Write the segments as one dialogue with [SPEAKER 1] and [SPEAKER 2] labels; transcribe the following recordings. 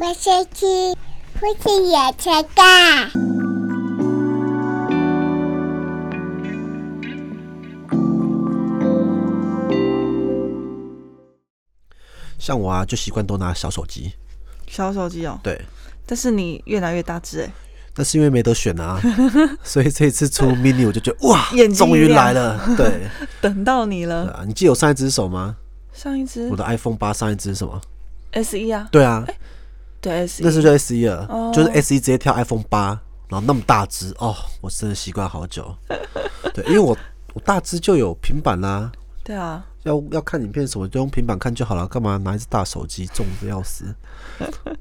[SPEAKER 1] 我先去，父亲也才干。
[SPEAKER 2] 像我啊，就习惯都拿小手机。
[SPEAKER 3] 小手机哦，
[SPEAKER 2] 对，
[SPEAKER 3] 但是你越来越大只哎、
[SPEAKER 2] 那是因为没得选 啊，所以这一次出 mini 我就觉得哇
[SPEAKER 3] 眼，睛
[SPEAKER 2] 终
[SPEAKER 3] 一
[SPEAKER 2] 于
[SPEAKER 3] 亮
[SPEAKER 2] 来了。 对，
[SPEAKER 3] 等到你
[SPEAKER 2] 对
[SPEAKER 3] 了。
[SPEAKER 2] 啊，你记得我上一只是什么吗？
[SPEAKER 3] 上一只
[SPEAKER 2] 我的 iPhone 八上一只是什么？
[SPEAKER 3] S E 啊，
[SPEAKER 2] 对啊，
[SPEAKER 3] 对 S
[SPEAKER 2] 那
[SPEAKER 3] E，
[SPEAKER 2] 是就 S 一了，
[SPEAKER 3] 哦
[SPEAKER 2] 就是 S 一直接跳 iPhone 八，然后那么大只哦，我真的习惯好久。对，因为我我大只就有平板啦，
[SPEAKER 3] 对啊，
[SPEAKER 2] 要要看影片什么就用平板看就好了，干嘛拿一只大手机重的要死？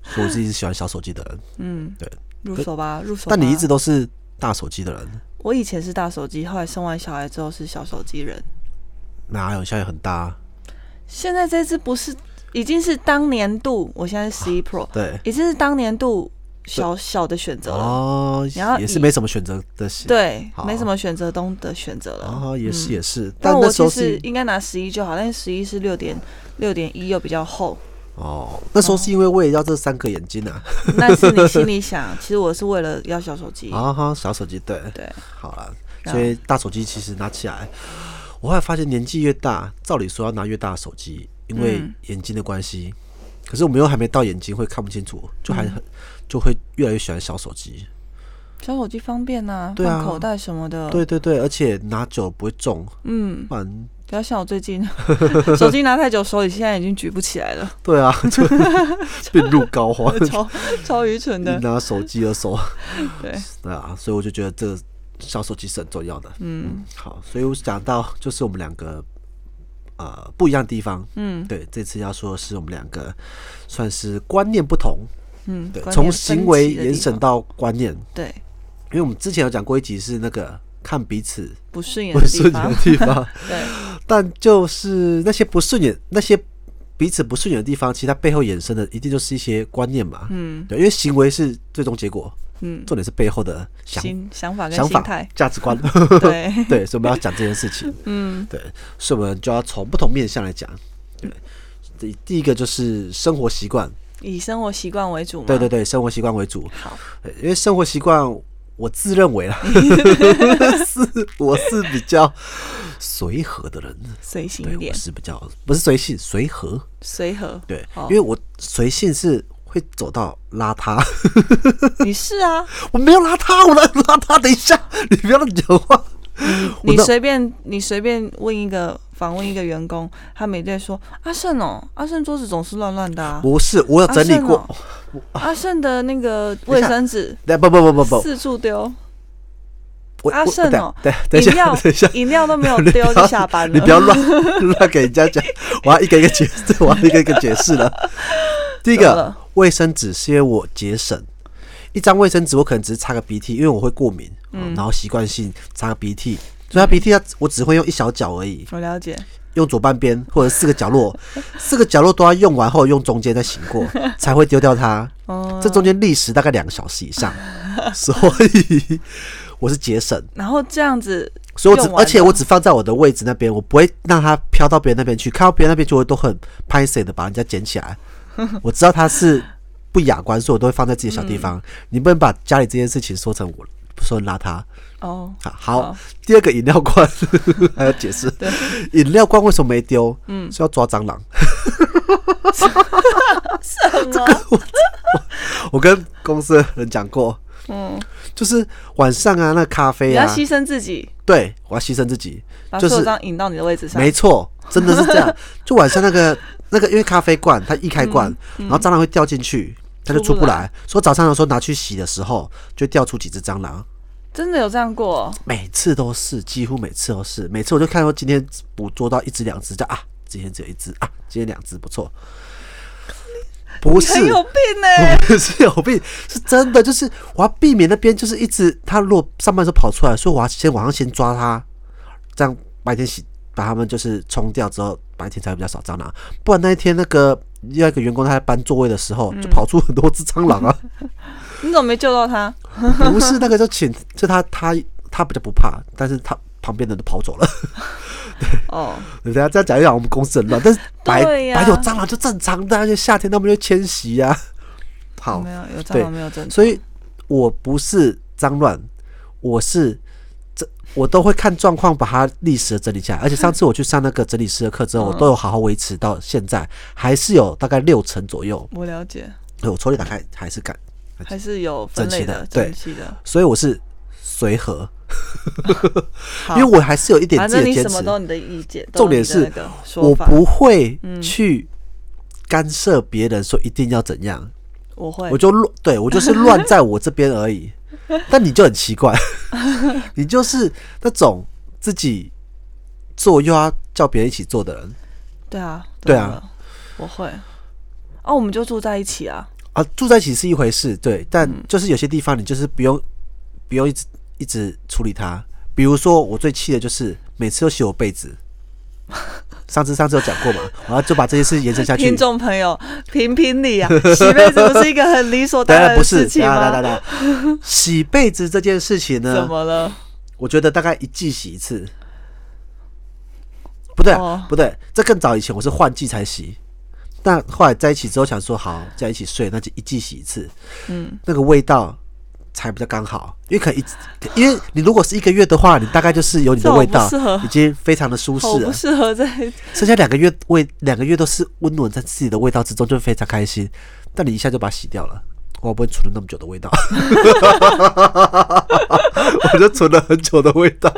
[SPEAKER 2] 所以我自己是喜欢小手机的 人，
[SPEAKER 3] 嗯，
[SPEAKER 2] 对。
[SPEAKER 3] 入手吧，入手吧。
[SPEAKER 2] 但你一直都是大手机的人，
[SPEAKER 3] 我以前是大手机，后来生完小孩之后是小手机人。
[SPEAKER 2] 哪有现在很大啊？
[SPEAKER 3] 现在这只不是，已经是当年度，我现在是十一 Pro，
[SPEAKER 2] 啊对，
[SPEAKER 3] 已经是当年度小小的选择了。
[SPEAKER 2] 哦，
[SPEAKER 3] 你要
[SPEAKER 2] 也是
[SPEAKER 3] 呃以
[SPEAKER 2] 没什么选择的，
[SPEAKER 3] 对
[SPEAKER 2] 好，
[SPEAKER 3] 没什么选择中的选择了。
[SPEAKER 2] 哦，也是也是，
[SPEAKER 3] 但
[SPEAKER 2] 那
[SPEAKER 3] 我
[SPEAKER 2] 时
[SPEAKER 3] 其
[SPEAKER 2] 候
[SPEAKER 3] 实
[SPEAKER 2] 是
[SPEAKER 3] 应该拿十一就好，但是十一是六点六点一又比较厚，
[SPEAKER 2] 哦，那时候
[SPEAKER 3] 嗯
[SPEAKER 2] 是因为为了要这三个眼睛啊，
[SPEAKER 3] 那是你心里想，其实我是为了要小手机。
[SPEAKER 2] 啊哈，小手机对，
[SPEAKER 3] 对，啊
[SPEAKER 2] 好了，
[SPEAKER 3] 然
[SPEAKER 2] 所以大手机其实拿起来，我后来发现年纪越大，照理说要拿越大的手机，因为
[SPEAKER 3] 嗯
[SPEAKER 2] 眼睛的关系。可是我们又还没到眼睛会看不清楚，就
[SPEAKER 3] 嗯
[SPEAKER 2] 还很、就会越来越喜欢小手机。
[SPEAKER 3] 小手机方便呐、
[SPEAKER 2] 对啊
[SPEAKER 3] 放口袋什么的。，
[SPEAKER 2] 对对对，而且拿久不会重，
[SPEAKER 3] 嗯，
[SPEAKER 2] 不然
[SPEAKER 3] 不要像我最 近 手机拿太久，手里现在已经举不起来了，
[SPEAKER 2] 对啊，就 病入膏肓。
[SPEAKER 3] 超超愚蠢的
[SPEAKER 2] 一。拿手机的手，
[SPEAKER 3] 对，
[SPEAKER 2] 对啊，所以我就觉得这个小手机是很重要的。
[SPEAKER 3] 嗯
[SPEAKER 2] 好，所以我讲到就是我们两个呃不一样的地方，
[SPEAKER 3] 嗯
[SPEAKER 2] 对，这次要说的是我们两个算是观念不同，
[SPEAKER 3] 嗯，
[SPEAKER 2] 对，
[SPEAKER 3] 观念
[SPEAKER 2] 从
[SPEAKER 3] 分
[SPEAKER 2] 行为
[SPEAKER 3] 歧的地
[SPEAKER 2] 延伸
[SPEAKER 3] 方，
[SPEAKER 2] 到观念，
[SPEAKER 3] 对，
[SPEAKER 2] 因为我们之前有讲过一集是那个看彼此
[SPEAKER 3] 不顺眼
[SPEAKER 2] 不
[SPEAKER 3] 的地
[SPEAKER 2] 顺眼
[SPEAKER 3] 方
[SPEAKER 2] 的，地方，
[SPEAKER 3] 对，
[SPEAKER 2] 但就是那些不顺眼那些。彼此不顺眼的地方，其实它背后衍生的一定就是一些观念嘛，
[SPEAKER 3] 嗯
[SPEAKER 2] 对，因为行为是最终结果，
[SPEAKER 3] 嗯，
[SPEAKER 2] 重点是背后的想
[SPEAKER 3] 心想法跟
[SPEAKER 2] 想
[SPEAKER 3] 心
[SPEAKER 2] 法
[SPEAKER 3] 态、，
[SPEAKER 2] 价值 观，
[SPEAKER 3] 对，
[SPEAKER 2] 对，所以我们要讲这件事情，
[SPEAKER 3] 嗯
[SPEAKER 2] 对，所以我们就要从不同面向来讲，对，第第一个就是生活习惯，
[SPEAKER 3] 以生活习惯为主嘛。
[SPEAKER 2] 对对对，生活习惯为主，
[SPEAKER 3] 好，
[SPEAKER 2] 对因为生活习惯我自认为啦， 是我是比较随和的人，
[SPEAKER 3] 随性
[SPEAKER 2] 对
[SPEAKER 3] 一点
[SPEAKER 2] 我，是比较不是随性随和，
[SPEAKER 3] 随和。
[SPEAKER 2] 对，
[SPEAKER 3] 哦
[SPEAKER 2] 因为我随性是。会走到邋遢，
[SPEAKER 3] 你是啊，
[SPEAKER 2] 我没有邋遢，我哪有邋遢？等一下，你不要乱讲话。我
[SPEAKER 3] 嗯你
[SPEAKER 2] 那
[SPEAKER 3] 随便你随便问一个访问一个员工，他每天说阿胜哦，阿胜桌子总是乱乱的啊，
[SPEAKER 2] 不是，我有整理过
[SPEAKER 3] 阿。胜,、哦阿胜的那个卫生纸
[SPEAKER 2] 对，不不不不不，
[SPEAKER 3] 四处丢，
[SPEAKER 2] 我
[SPEAKER 3] 阿
[SPEAKER 2] 我
[SPEAKER 3] 胜
[SPEAKER 2] 等
[SPEAKER 3] 哦
[SPEAKER 2] 等等一
[SPEAKER 3] 饮
[SPEAKER 2] 下，
[SPEAKER 3] 料
[SPEAKER 2] 等一下，
[SPEAKER 3] 饮料都没有
[SPEAKER 2] 你不
[SPEAKER 3] 丢
[SPEAKER 2] 要
[SPEAKER 3] 就下班了，
[SPEAKER 2] 你不要乱 乱给人家讲，我要一个一个解释，我要一个一个解释 了。第一
[SPEAKER 3] 怎么
[SPEAKER 2] 个
[SPEAKER 3] 了
[SPEAKER 2] 卫生纸是因为我节省，一张卫生纸我可能只是擦个鼻涕，因为我会过敏，嗯、然后习惯性擦个鼻涕，所以它鼻涕它我只会用一小角而已，
[SPEAKER 3] 我了解，
[SPEAKER 2] 用左半边或者四个角 落，四个角落都要用完后用中间再醒过，才会丢掉它。
[SPEAKER 3] 嗯，
[SPEAKER 2] 这中间历时大概两个小时以 上，所以我是节省。
[SPEAKER 3] 然后这样子
[SPEAKER 2] 所以我只
[SPEAKER 3] 用，完
[SPEAKER 2] 而且
[SPEAKER 3] 了
[SPEAKER 2] 我只放在我的位置那边，我不会让它飘到别人那边去。看到别人那边就会都很拍谁的把人家捡起 来。我知道它是不雅观，所以我都会放在自己的小地方。
[SPEAKER 3] 嗯
[SPEAKER 2] 你不能把家里这件事情说成我说很邋遢。
[SPEAKER 3] 哦，
[SPEAKER 2] 好，好
[SPEAKER 3] 好
[SPEAKER 2] 第二个饮料罐 还要 解释，饮料罐为什么没丢？嗯，是要抓蟑螂。
[SPEAKER 3] 这个
[SPEAKER 2] 我跟公司的人讲过，
[SPEAKER 3] 嗯，
[SPEAKER 2] 就是晚上啊，那咖
[SPEAKER 3] 你
[SPEAKER 2] 啡
[SPEAKER 3] 要
[SPEAKER 2] 啊，
[SPEAKER 3] 牺牲自己，
[SPEAKER 2] 对我要牺牲自己，
[SPEAKER 3] 把
[SPEAKER 2] 就
[SPEAKER 3] 所有
[SPEAKER 2] 是
[SPEAKER 3] 张引到你的位置上
[SPEAKER 2] 没，错，真的是这 样。就晚上那个那个，因为咖啡罐它一开罐，然后蟑螂会掉进去，它就出
[SPEAKER 3] 嗯出不
[SPEAKER 2] 不
[SPEAKER 3] 来
[SPEAKER 2] 来。所以早上的时候拿去洗的时候，就掉出几只蟑螂，
[SPEAKER 3] 真的有这样过哦、
[SPEAKER 2] 每次都是，几乎每次都是。每次我就看到今天捕捉到一只两只，就啊，今天只有一只啊，今天两只不错。不
[SPEAKER 3] 你
[SPEAKER 2] 是，
[SPEAKER 3] 很有病呢、
[SPEAKER 2] 不是有病，是真的，就是我要避免那边就是一直它如果上班的时候跑出来，所以我要先晚上先抓它，这样白天洗把它们就是冲掉之后，白天才会比较少蟑螂。不然那一天那个另外一个员工他在搬座位的时
[SPEAKER 3] 嗯
[SPEAKER 2] 候，就跑出很多只蟑螂 啊，
[SPEAKER 3] 你怎么没救到他？
[SPEAKER 2] 不是那个就请就他他他比较不怕，但是他旁边的都跑走了。
[SPEAKER 3] 哦，
[SPEAKER 2] 人家这样讲一讲，我 们公司很乱，但是白、
[SPEAKER 3] 对呀
[SPEAKER 2] 白有蟑螂就正常的啊，而且夏天他们就迁徙呀、啊。好
[SPEAKER 3] 没，有有蟑
[SPEAKER 2] 对
[SPEAKER 3] 螂没有正常，
[SPEAKER 2] 所以我不是脏乱，我是这我都会看状况把它历史地整理下来。而且上 次我去上那个整理师的课之
[SPEAKER 3] 嗯
[SPEAKER 2] 后，我都有好好维持到现在，还是有大概六成左右。
[SPEAKER 3] 我了解，
[SPEAKER 2] 对我抽屉打开还是干，
[SPEAKER 3] 还是有分
[SPEAKER 2] 整齐
[SPEAKER 3] 类
[SPEAKER 2] 的对
[SPEAKER 3] 整齐的。
[SPEAKER 2] 所以我是随和，
[SPEAKER 3] 好
[SPEAKER 2] 因为我还是有一点
[SPEAKER 3] 反
[SPEAKER 2] 自
[SPEAKER 3] 正
[SPEAKER 2] 己
[SPEAKER 3] 你
[SPEAKER 2] 的坚
[SPEAKER 3] 什么
[SPEAKER 2] 持。
[SPEAKER 3] 都有你的意见，
[SPEAKER 2] 重点
[SPEAKER 3] 都有你
[SPEAKER 2] 是
[SPEAKER 3] 的那个说
[SPEAKER 2] 我
[SPEAKER 3] 法嗯
[SPEAKER 2] 不会去干涉别人，说一定要怎样，
[SPEAKER 3] 我会
[SPEAKER 2] 我就乱，对我就是乱在我这边而 已。但你就很奇怪， 你就是那种自己做又要叫别人一起做的人
[SPEAKER 3] 对啊
[SPEAKER 2] 对啊
[SPEAKER 3] 懂了，我会。哦，我们就住在一起啊，
[SPEAKER 2] 啊。住在一起是一回事，对，但
[SPEAKER 3] 嗯
[SPEAKER 2] 就是有些地方你就是不用不用一直一直处理它。比如说，我最气的就是每次都洗我被子。上次上次有讲 过嘛，然后就把这件事延伸下去。
[SPEAKER 3] 听众朋友评 评理啊，洗被子不是一个很理所当
[SPEAKER 2] 当然
[SPEAKER 3] 然
[SPEAKER 2] 不
[SPEAKER 3] 的
[SPEAKER 2] 是啊
[SPEAKER 3] 事，情
[SPEAKER 2] 当然嗯当
[SPEAKER 3] 吗？
[SPEAKER 2] 然当然洗被子这件事情
[SPEAKER 3] 怎
[SPEAKER 2] 呢，
[SPEAKER 3] 么了？
[SPEAKER 2] 我觉得大概一季洗一次。不对啊、
[SPEAKER 3] 哦
[SPEAKER 2] 不对，这更早以前我是换季才洗，但后来在一起之后想说好在一起睡，那就一季洗一次，
[SPEAKER 3] 嗯，
[SPEAKER 2] 那个味道才比较刚好，因为可以一，因为你如果是一个月的话，你大概就是有你的
[SPEAKER 3] 这我
[SPEAKER 2] 味
[SPEAKER 3] 不
[SPEAKER 2] 道
[SPEAKER 3] 适合，
[SPEAKER 2] 已经非常的舒
[SPEAKER 3] 我
[SPEAKER 2] 适
[SPEAKER 3] 哦不
[SPEAKER 2] 了。
[SPEAKER 3] 适合在
[SPEAKER 2] 剩下两个月味，两个月都是温暖在自己的味道之中，就非常开心。但你一下就把它洗掉了，我不会存了那么久的味道， 我就存了很久的味道，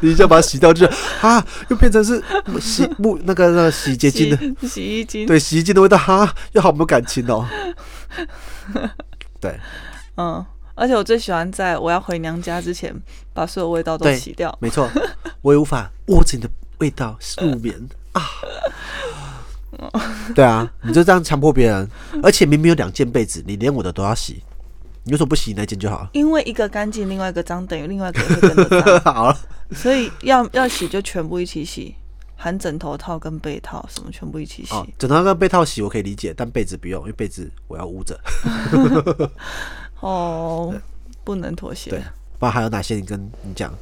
[SPEAKER 2] 你一下把它洗掉，就是啊，又变成是洗木那个那个洗洁精的，
[SPEAKER 3] 洗洗衣精，
[SPEAKER 2] 对洗衣精的味道，哈、又好没有感情哦。对
[SPEAKER 3] 嗯，而且我最喜欢在我要回娘家之前把所有味道都
[SPEAKER 2] 对，
[SPEAKER 3] 洗掉。
[SPEAKER 2] 没错，我也无法握着你的味道入 眠啊。对啊，你就这样强迫别人，而且明明有两件被子，你连我的都要洗，你为什么不洗你那件就好
[SPEAKER 3] 因为一个干净，另外一个脏，等于另外一个会跟着 脏，
[SPEAKER 2] 了？ 好了，
[SPEAKER 3] 所以要要洗就全部一起洗，含枕头套跟被套什么全部一起洗。
[SPEAKER 2] 哦，枕头跟被套洗我可以理解，但被子不用，因为被子我要捂着。
[SPEAKER 3] 哦，不能妥
[SPEAKER 2] 对
[SPEAKER 3] 协。，
[SPEAKER 2] 不然还有哪些你跟你讲？嗯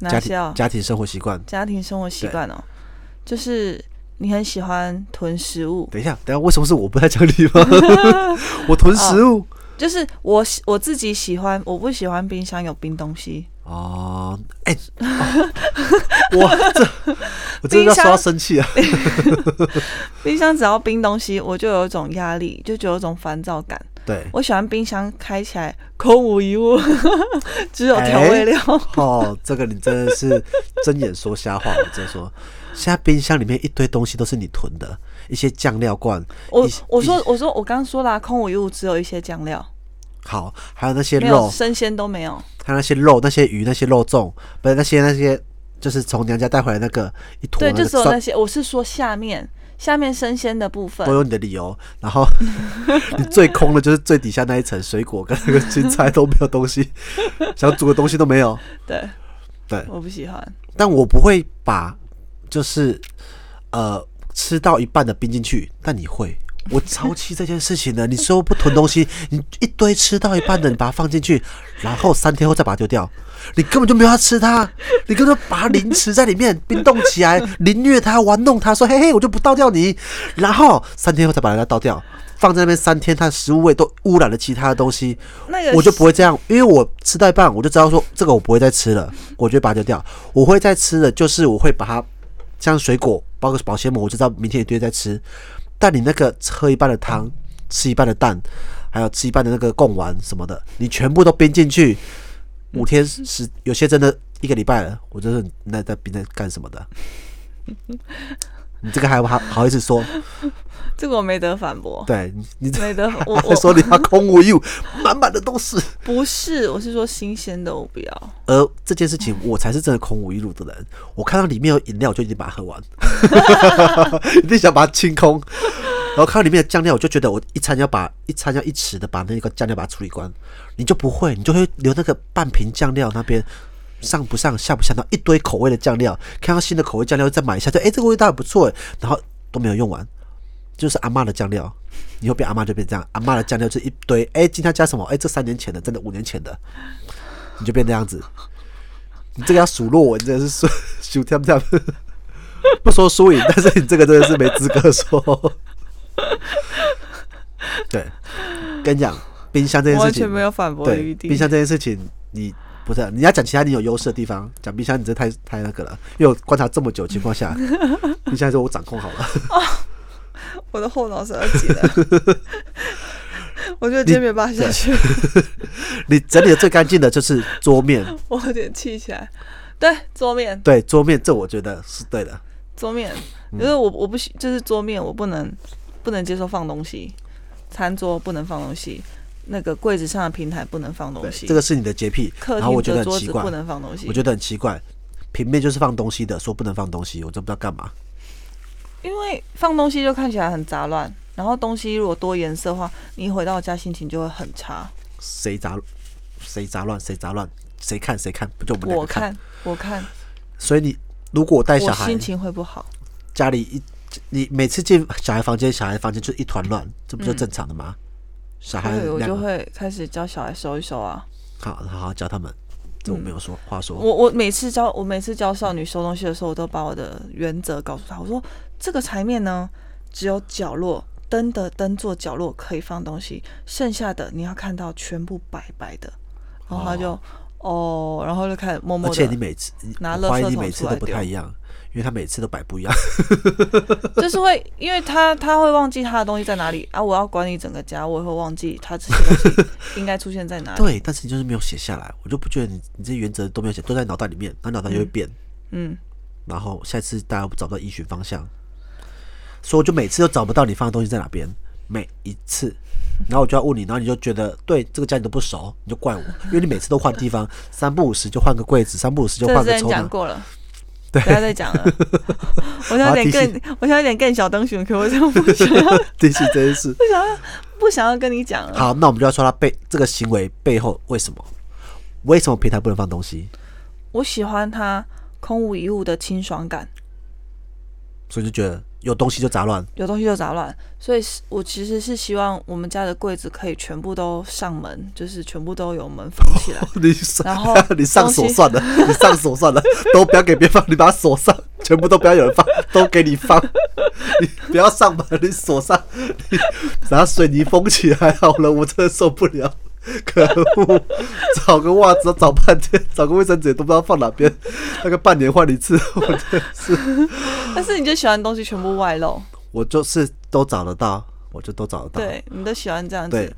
[SPEAKER 3] 哪
[SPEAKER 2] 家
[SPEAKER 3] 些啊
[SPEAKER 2] 庭家庭生活习惯。
[SPEAKER 3] 家庭生活习惯哦，就是你很喜欢囤食物，
[SPEAKER 2] 等一下，等一下，为什么是我不在讲你吗？ 我囤食物
[SPEAKER 3] 就是我喜我自己喜欢，我不喜欢冰箱有冰东西。
[SPEAKER 2] 哦，哎、哦我这 我真的要
[SPEAKER 3] 冰
[SPEAKER 2] 说
[SPEAKER 3] 箱
[SPEAKER 2] 到生气啊！
[SPEAKER 3] 冰箱只要冰东西，我就有一种压力，就就有一种烦躁感。
[SPEAKER 2] 对，
[SPEAKER 3] 我喜欢冰箱开起来空无一物， 只有调味料。
[SPEAKER 2] 哦，这个你真的是睁眼说瞎话，我真的说，现在冰箱里面一堆东西都是你囤的，一些酱料罐，
[SPEAKER 3] 我
[SPEAKER 2] 一些
[SPEAKER 3] 我说
[SPEAKER 2] 一些
[SPEAKER 3] 我说我刚说啦、空无一物，只有一些酱料，
[SPEAKER 2] 好，还有那些
[SPEAKER 3] 没有
[SPEAKER 2] 肉，
[SPEAKER 3] 生鲜都没有。
[SPEAKER 2] 还有那些肉，那些鱼，那些肉粽，不是那些那些，就是从娘家带回来那个一坨
[SPEAKER 3] 对，
[SPEAKER 2] 那
[SPEAKER 3] 就
[SPEAKER 2] 个
[SPEAKER 3] 只有
[SPEAKER 2] 蒜
[SPEAKER 3] 那，些。我是说下面下面生鲜的部分
[SPEAKER 2] 都，有你的理由。然后你最空的就是最底下那一层水果跟那个青菜都没有东西，想煮的东西都没有。
[SPEAKER 3] 对
[SPEAKER 2] 对，
[SPEAKER 3] 我不喜欢。
[SPEAKER 2] 但我不会把就是呃吃到一半的冰进去，但你会。我超气这件事情的，你说不囤东西，你一堆吃到一半的，你把它放进去，然后三天后再把它丢掉，你根本就没有要吃它，你根本就把它凌迟在里面，冰冻起来，凌虐它，玩弄它，说嘿嘿，我就不倒掉你，然后三天后再把它倒掉，放在那边三天，它的食物味都污染了其他的东西，
[SPEAKER 3] 那个
[SPEAKER 2] 我就不会这样，因为我吃到一半，我就知道说这个我不会再吃了，我就会把它丢掉。我会再吃的，就是我会把它像水果包个保鲜膜，我就知道明天一定会再吃。但你那个喝一半的汤，吃一半的蛋，还有吃一半的那个贡丸什么的，你全部都冰进去，
[SPEAKER 3] 嗯
[SPEAKER 2] 五天十有些真的一个礼拜了，我就是那在冰在干什么的？你这个还好好意思说？
[SPEAKER 3] 这个我没得反驳，
[SPEAKER 2] 对你，你这
[SPEAKER 3] 没得我
[SPEAKER 2] 还
[SPEAKER 3] 我
[SPEAKER 2] 说你要空无一物，满满的都是。
[SPEAKER 3] 不是，我是说新鲜的我不要。
[SPEAKER 2] 而这件事情，我才是真的空无一物的人。我看到里面有饮料，我就已经把它喝完， 一定想把它清空。然后看到里面的酱料，我就觉得我一餐要把一餐要一匙的把那个酱料把它处理光。你就不会，你就会留那个半瓶酱料那边上不上下不下，然后一堆口味的酱料，看到新的口味酱料再买一下，就哎、这个味道还不错哎，然后都没有用完，就是阿妈的酱料。以后变阿妈就变这样，阿妈的酱料就一堆。哎、今天加什么？哎、这三年前的，真的五年前的，你就变那样子。你这个要数落我，你真的是说数跳不跳？不说输赢，但是你这个真的是没资格说。对，跟你讲，冰箱这件
[SPEAKER 3] 我
[SPEAKER 2] 事
[SPEAKER 3] 完
[SPEAKER 2] 情
[SPEAKER 3] 全没有反驳的余
[SPEAKER 2] 对，
[SPEAKER 3] 地。
[SPEAKER 2] 冰箱这件事情，你不是你要讲其他你有优势的地方，讲冰箱你这太太那个了，因为我观察这么久的情况下，冰箱是我掌控好了。
[SPEAKER 3] 我的后脑勺要挤了，我觉得今天没办法下去，
[SPEAKER 2] 你整理的最干净的就是桌 面，
[SPEAKER 3] 我有点气起来。对，桌面，
[SPEAKER 2] 对桌面这我觉得是对的，
[SPEAKER 3] 桌面，
[SPEAKER 2] 嗯
[SPEAKER 3] 因为我我不喜，就是桌面我不能不能接受放东西，餐桌不能放东西，那个柜子上的平台不能放东
[SPEAKER 2] 对
[SPEAKER 3] 西，
[SPEAKER 2] 这个是你的洁癖，
[SPEAKER 3] 客
[SPEAKER 2] 然后我
[SPEAKER 3] 厅
[SPEAKER 2] 觉得很
[SPEAKER 3] 的桌
[SPEAKER 2] 奇
[SPEAKER 3] 子
[SPEAKER 2] 怪，
[SPEAKER 3] 不能放东西。
[SPEAKER 2] 我觉得很奇怪，平面就是放东西的，说不能放东西，我真不知道干嘛。
[SPEAKER 3] 因为放东西就看起来很杂乱，然后东西如果多颜色的话，你回到家心情就会很差。
[SPEAKER 2] 谁杂谁杂乱谁杂乱，谁看谁看，不就我们两
[SPEAKER 3] 我
[SPEAKER 2] 个看？
[SPEAKER 3] 看，我看，
[SPEAKER 2] 所以你如果我带小
[SPEAKER 3] 我
[SPEAKER 2] 孩
[SPEAKER 3] 心，情会不好。
[SPEAKER 2] 家里一你每次进小孩房间，小孩房间就一团乱，这不就正常的吗？小孩
[SPEAKER 3] 嗯对，我
[SPEAKER 2] 两
[SPEAKER 3] 就
[SPEAKER 2] 个
[SPEAKER 3] 会开始教小孩收一收啊。
[SPEAKER 2] 好好好教他们，这我没有说、话说。
[SPEAKER 3] 我我每次教我每次教少女收东西的时候，我都把我的原则告诉她。我说这个台面呢，只有角落灯的灯座角落可以放东西，剩下的你要看到全部白白的。然后她就哦然后就开始默默
[SPEAKER 2] 而且你
[SPEAKER 3] 的，
[SPEAKER 2] 每次你
[SPEAKER 3] 拿
[SPEAKER 2] 我怀疑
[SPEAKER 3] 垃圾
[SPEAKER 2] 你
[SPEAKER 3] 桶
[SPEAKER 2] 每次
[SPEAKER 3] 出
[SPEAKER 2] 都
[SPEAKER 3] 来
[SPEAKER 2] 不
[SPEAKER 3] 丢
[SPEAKER 2] 太一样，因为他每次都摆不一 样。
[SPEAKER 3] 就是会因为她她会忘记她的东西在哪里啊。我要管理整个家，我也会忘记她这些东西应该出现在哪里。
[SPEAKER 2] 对，但是你就是没有写下来，我就不觉得你你这些原则都没有写，都在脑袋里面，然后脑袋就会变。
[SPEAKER 3] 嗯，
[SPEAKER 2] 然后下次大家找不到依循方向，所以我就每次都找不到你放的东西在哪边，每一次，然后我就要问你，然后你就觉得对这个家你都不熟，你就怪我，因为你每次都换地方，三不五十就换个柜子，三不五十就
[SPEAKER 3] 这
[SPEAKER 2] 换
[SPEAKER 3] 之
[SPEAKER 2] 个
[SPEAKER 3] 前
[SPEAKER 2] 抽
[SPEAKER 3] 讲
[SPEAKER 2] 屉。
[SPEAKER 3] 过了。不要再讲 了，我现在有点更，我现在有点更小灯熊，可我这样不想要
[SPEAKER 2] 对，是真的是。
[SPEAKER 3] 不想要不想要跟你讲了。
[SPEAKER 2] 好，那我们就要说他背这个行为背后为什么？为什么平台不能放东西？
[SPEAKER 3] 我喜欢它空无一物的清爽感，
[SPEAKER 2] 所以就觉得有东西就杂乱，
[SPEAKER 3] 有东西就杂乱，所以是我其实是希望我们家的柜子可以全部都上门，就是全部都有门封起来。
[SPEAKER 2] 你上
[SPEAKER 3] 然后
[SPEAKER 2] 你上锁
[SPEAKER 3] 东西
[SPEAKER 2] 算了，你上锁算了，都不要给别人放，你把它锁上，全部都不要有人放，都给你放，你不要上门，你锁上，你拿水泥封起来好了，我真的受不了。可恶！找个袜子找半天，找个卫生纸也都不知道放哪边，大概半年换一次。 我真的是，
[SPEAKER 3] 但是你就喜欢东西全部外露，
[SPEAKER 2] 我就是都找得到，我就都找得到，
[SPEAKER 3] 对，你都喜欢这样
[SPEAKER 2] 对
[SPEAKER 3] 子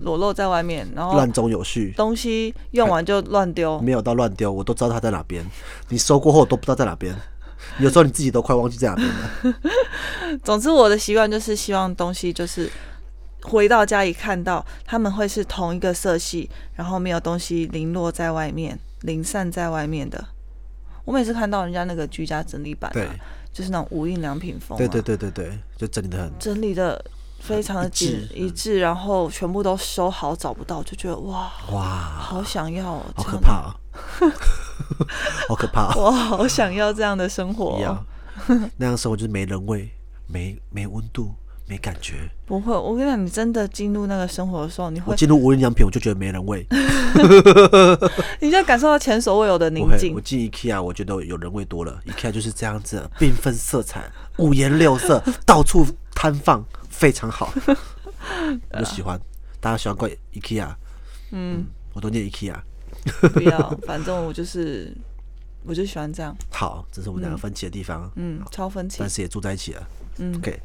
[SPEAKER 3] 裸露在外面，然后
[SPEAKER 2] 乱中有序。
[SPEAKER 3] 东西用完就乱丢。
[SPEAKER 2] 没有到乱丢，我都知道它在哪边。你收过后我都不知道在哪边，有时候你自己都快忘记在哪边了。
[SPEAKER 3] 总之，我的习惯就是希望东西就是回到家里看到他们会是同一个色系，然后没有东西零落在外面、零散在外面的。我每次看到人家那个居家整理版、
[SPEAKER 2] 对
[SPEAKER 3] 啊，就是那种无印良品风、啊，
[SPEAKER 2] 对对对对对，就整理的很。
[SPEAKER 3] 整理的非常的
[SPEAKER 2] 致嗯
[SPEAKER 3] 紧一致，然后全部都收好，找不到就觉得哇，
[SPEAKER 2] 哇，
[SPEAKER 3] 好想要、哦，
[SPEAKER 2] 好
[SPEAKER 3] 这
[SPEAKER 2] 可
[SPEAKER 3] 样
[SPEAKER 2] 怕啊！ 好可怕啊
[SPEAKER 3] 的，我好想要这样的生活
[SPEAKER 2] 一
[SPEAKER 3] 哦、
[SPEAKER 2] 样。那样生活就是没人味，没没温度，没感觉。
[SPEAKER 3] 不会，我跟你讲，你真的进入那个生活的时候，你
[SPEAKER 2] 我
[SPEAKER 3] 会，
[SPEAKER 2] 进入无印良品，我就觉得没人味。
[SPEAKER 3] 你就感受到前所未有的宁
[SPEAKER 2] 我会，
[SPEAKER 3] 静
[SPEAKER 2] 我。进 IKEA，我觉得有人味多了。IKEA 就是这样子， 缤纷色彩，五颜六色，到处摊放，非常 好。我就喜欢，大家喜欢逛 IKEA，嗯，我都念 IKEA。
[SPEAKER 3] 不要， 反正我就是，我就喜欢这样，
[SPEAKER 2] 好，这是我们两个分歧的地方，
[SPEAKER 3] 嗯，超分歧
[SPEAKER 2] 但，是也住在一起了。嗯，OK。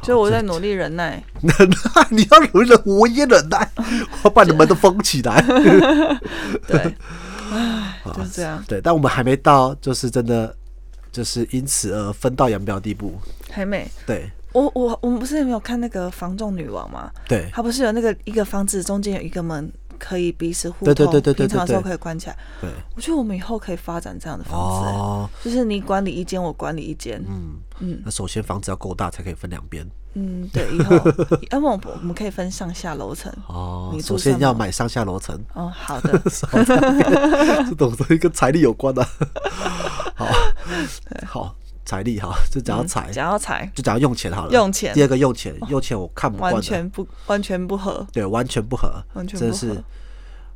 [SPEAKER 3] 所以我在努力忍耐。
[SPEAKER 2] 忍耐，你要忍忍，我也忍耐， 我把你们都封起 来。
[SPEAKER 3] 对，唉，就是这样，
[SPEAKER 2] 对，但我们还没到，就是真的，就是因此而分道扬镳的地步。
[SPEAKER 3] 还美。
[SPEAKER 2] 对，
[SPEAKER 3] 我我我们不是没有看那个《防仲女王》吗？
[SPEAKER 2] 对，
[SPEAKER 3] 她不是有那个一个房子中间有一个门可以彼此互
[SPEAKER 2] 对
[SPEAKER 3] 通，
[SPEAKER 2] 对对对对对
[SPEAKER 3] 平常的时候
[SPEAKER 2] 对
[SPEAKER 3] 可以关起来。
[SPEAKER 2] 对，
[SPEAKER 3] 我觉得我们以后可以发展这样的房子、欸
[SPEAKER 2] 哦，
[SPEAKER 3] 就是你管理一间，我管理一间。
[SPEAKER 2] 嗯嗯，那首先房子要够大才可以分两边
[SPEAKER 3] 嗯，对，以后， 要不我们我们可以分上下楼层。
[SPEAKER 2] 哦
[SPEAKER 3] 你住
[SPEAKER 2] 首先
[SPEAKER 3] 上
[SPEAKER 2] 要
[SPEAKER 3] 楼
[SPEAKER 2] 买上下楼层，，
[SPEAKER 3] 哦，好的
[SPEAKER 2] 少在那边这种东西跟财力有 关的、好，好，财力哈，就讲到财，
[SPEAKER 3] 想要踩
[SPEAKER 2] 就讲到用钱好了。
[SPEAKER 3] 嗯用钱哦
[SPEAKER 2] 第二个用钱，用钱我看不惯
[SPEAKER 3] 完
[SPEAKER 2] 的。
[SPEAKER 3] 全不完全不合。
[SPEAKER 2] 对，完全不合，
[SPEAKER 3] 完全
[SPEAKER 2] 真的
[SPEAKER 3] 不合
[SPEAKER 2] 是。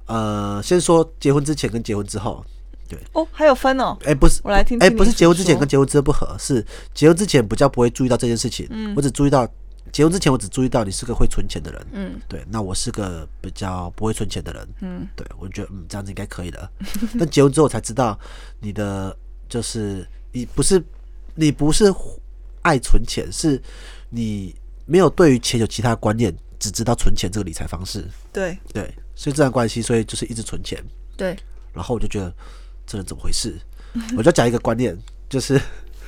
[SPEAKER 2] 呃，先说结婚之前跟结婚之后，对，
[SPEAKER 3] 哦，还有分哦。
[SPEAKER 2] 哎、不是，
[SPEAKER 3] 我来听
[SPEAKER 2] 哎、
[SPEAKER 3] 听
[SPEAKER 2] 不
[SPEAKER 3] 你
[SPEAKER 2] 是结婚之前
[SPEAKER 3] 说
[SPEAKER 2] 跟结婚之后不合，是结婚之前比较不会注意到这件事情，我只注意到结婚之前我只注意到你是个会存钱的人，
[SPEAKER 3] 嗯，
[SPEAKER 2] 对，那我是个比较不会存钱的人，嗯，对我就觉得嗯这样子应该可以的。 但结婚之后才知道，你的就是你不是你不是爱存钱，是你没有对于钱有其他观念，只知道存钱这个理财方式，
[SPEAKER 3] 对
[SPEAKER 2] 对，所以这段关系，所以就是一直存钱。
[SPEAKER 3] 对，
[SPEAKER 2] 然后我就觉得这人怎么回事？ 我就讲一个观念，就是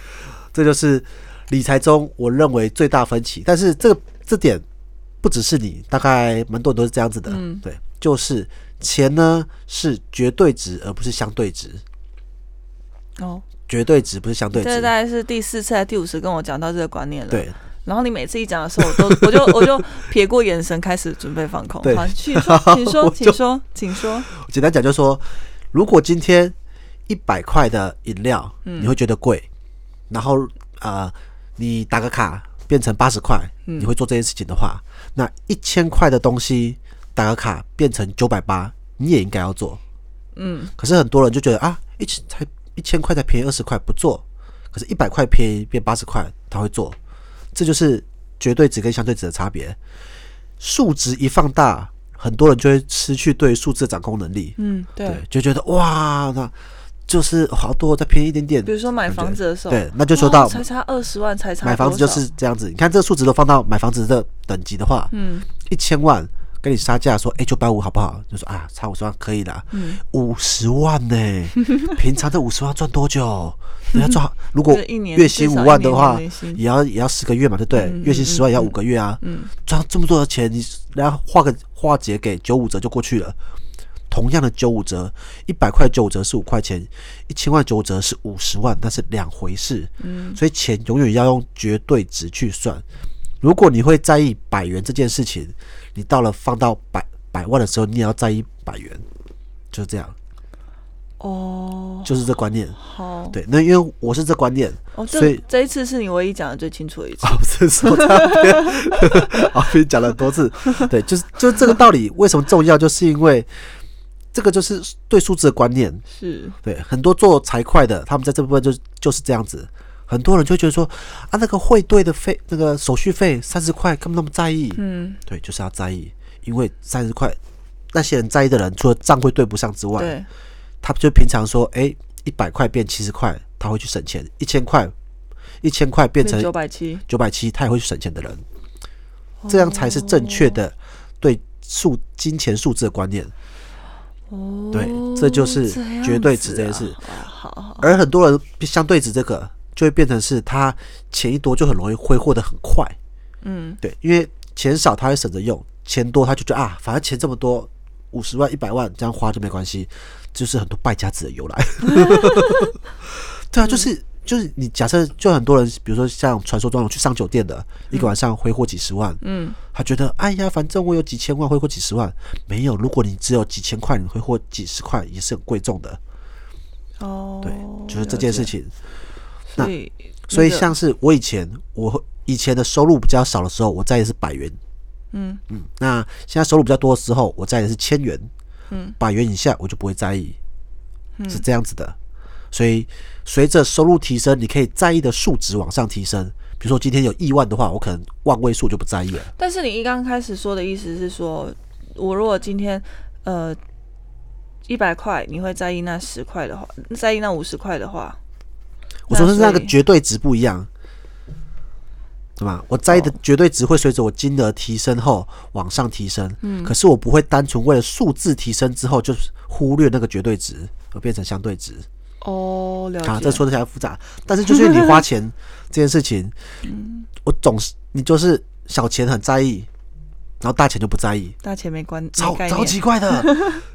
[SPEAKER 2] 这就是理财中我认为最大分歧，但是这个这点不只是你，大概蛮多人都是这样子的，
[SPEAKER 3] 嗯
[SPEAKER 2] 对，就是钱呢是绝对值而不是相对值，
[SPEAKER 3] 哦，
[SPEAKER 2] 绝对值不是相对
[SPEAKER 3] 这
[SPEAKER 2] 值
[SPEAKER 3] 大，概是第四次还是第五次跟我讲到这个观念了。
[SPEAKER 2] 对，
[SPEAKER 3] 然后你每次一讲的时候，我都我 就我就撇过眼神，开始准备放空。
[SPEAKER 2] 对
[SPEAKER 3] 好，请 说，请
[SPEAKER 2] 我就
[SPEAKER 3] 说，请说，请说。
[SPEAKER 2] 简单讲就是说，如果今天一百块的饮料，你会觉得贵，然后呃，你打个卡变成八十块，你会做这件事情的话，那一千块的东西打个卡变成九百八，你也应该要做。
[SPEAKER 3] 嗯，
[SPEAKER 2] 可是很多人就觉得啊，一千才一千块才便宜二十块不做，可是一百块便宜变八十块他会做，这就是绝对值跟相对值的差别。数值一放大，很多人就会失去对数字的掌控能力。
[SPEAKER 3] 嗯，对
[SPEAKER 2] 对，。就觉得哇，那就是好多再便宜一点点。
[SPEAKER 3] 比如说买
[SPEAKER 2] 感觉
[SPEAKER 3] 房子的时候，哦
[SPEAKER 2] 对，那就说到
[SPEAKER 3] 哇才差二十万，才差
[SPEAKER 2] 买房子就
[SPEAKER 3] 多少
[SPEAKER 2] 是这样子。你看这个数值都放到买房子的等级的话，
[SPEAKER 3] 嗯，
[SPEAKER 2] 一千万跟你杀价说，哎、九百五好不好？就说啊，差五十万可以啦，
[SPEAKER 3] 嗯
[SPEAKER 2] 五十、万呢、平常这五十万赚多久？ 人家赚，如果
[SPEAKER 3] 嗯这一年
[SPEAKER 2] 月薪
[SPEAKER 3] 至少
[SPEAKER 2] 五
[SPEAKER 3] 一
[SPEAKER 2] 万
[SPEAKER 3] 年
[SPEAKER 2] 的
[SPEAKER 3] 的
[SPEAKER 2] 话
[SPEAKER 3] 年薪，
[SPEAKER 2] 也要也要十个月嘛，对不对？
[SPEAKER 3] 嗯
[SPEAKER 2] 月薪十万也要五个月啊，赚、这么多的钱，你然后画个化解给九五折就过去了。同样的九五折，一百块九五折是五块钱，一千万九五折是五十万，那是两回事。嗯，所以钱永远要用绝对值去算。如果你会在意百元这件事情，你到了放到百百万的时候，你也要在意百元，就是这样，
[SPEAKER 3] 哦，
[SPEAKER 2] 就是这观念。
[SPEAKER 3] 好，
[SPEAKER 2] 对，那因为我是这观念，
[SPEAKER 3] 哦，
[SPEAKER 2] 所
[SPEAKER 3] 这
[SPEAKER 2] 以
[SPEAKER 3] 这一次是你唯一讲的最清楚的一次。
[SPEAKER 2] 啊，不是说这 样，啊，被讲了很多次，对，就是就是这个道理为什么重要，就是因为这个就是对数字的观念，
[SPEAKER 3] 是，
[SPEAKER 2] 对，很多做财会的，他们在这部分就就是这样子。很多人就会觉得说啊，那个汇兑的费，那个手续费三十块，根本那么在意。
[SPEAKER 3] 嗯，
[SPEAKER 2] 对，就是要在意，因为三十块，那些人在意的人，除了账会对不上之外，
[SPEAKER 3] 对，
[SPEAKER 2] 他就平常说，哎、1一百块变七十块，他会去省钱；一千块，一千块变成
[SPEAKER 3] 九百七，
[SPEAKER 2] 九百七，他也会去省钱的人，这样才是正确的对数金钱数字的观念。
[SPEAKER 3] 哦。
[SPEAKER 2] 对这就是
[SPEAKER 3] 这样
[SPEAKER 2] 绝对值
[SPEAKER 3] 子
[SPEAKER 2] 这件
[SPEAKER 3] 啊
[SPEAKER 2] 事。
[SPEAKER 3] 哇好好，
[SPEAKER 2] 而很多人相对值这个，就会变成是他钱一多就很容易挥霍的很快。
[SPEAKER 3] 嗯，
[SPEAKER 2] 对，因为钱少他会省着用，钱多他就觉得啊，反正钱这么多，五十万、一百万这样花就没关系，就是很多败家子的由来。对
[SPEAKER 3] 嗯
[SPEAKER 2] 啊，就是就是你假设就很多人，比如说像传说中去上酒店的，一个晚上挥霍几十万，
[SPEAKER 3] 嗯，
[SPEAKER 2] 他觉得哎呀，反正我有几千万挥霍几十万，没有，如果你只有几千块，你挥霍几十块也是很贵重的。
[SPEAKER 3] 哦，
[SPEAKER 2] 对，就是这件事
[SPEAKER 3] 了解。
[SPEAKER 2] 情。那
[SPEAKER 3] 所以，
[SPEAKER 2] 所以
[SPEAKER 3] 那个
[SPEAKER 2] 像是我以前我会以前的收入比较少的时候，我在意的是百元。
[SPEAKER 3] 嗯
[SPEAKER 2] 嗯，那现在收入比较多的时候，我在意的是千元。
[SPEAKER 3] 嗯，
[SPEAKER 2] 百元以下我就不会在意，是这样子的。所以随着收入提升，你可以在意的数值往上提升。比如说今天有亿万的话，我可能万位数就不在意了。
[SPEAKER 3] 但是你一刚开始说的意思是说，我如果今天呃一百块，你会在意那十块的话，在意那五十块的话，
[SPEAKER 2] 我说的是那个
[SPEAKER 3] 所以
[SPEAKER 2] 绝对值不一样，对吧？我在意的
[SPEAKER 3] 哦
[SPEAKER 2] 绝对值会随着我金额提升后往上提升，嗯，可是我不会单纯为了数字提升之后就是忽略那个绝对值而变成相对值
[SPEAKER 3] 哦，了解，
[SPEAKER 2] 啊。这说的起来复杂，但是就是因为你花钱 这件事情，
[SPEAKER 3] 嗯
[SPEAKER 2] 我总是你就是小钱很在意，然后大钱就不在意，
[SPEAKER 3] 大钱没关没
[SPEAKER 2] 超
[SPEAKER 3] 概
[SPEAKER 2] 超
[SPEAKER 3] 念，
[SPEAKER 2] 奇怪 的，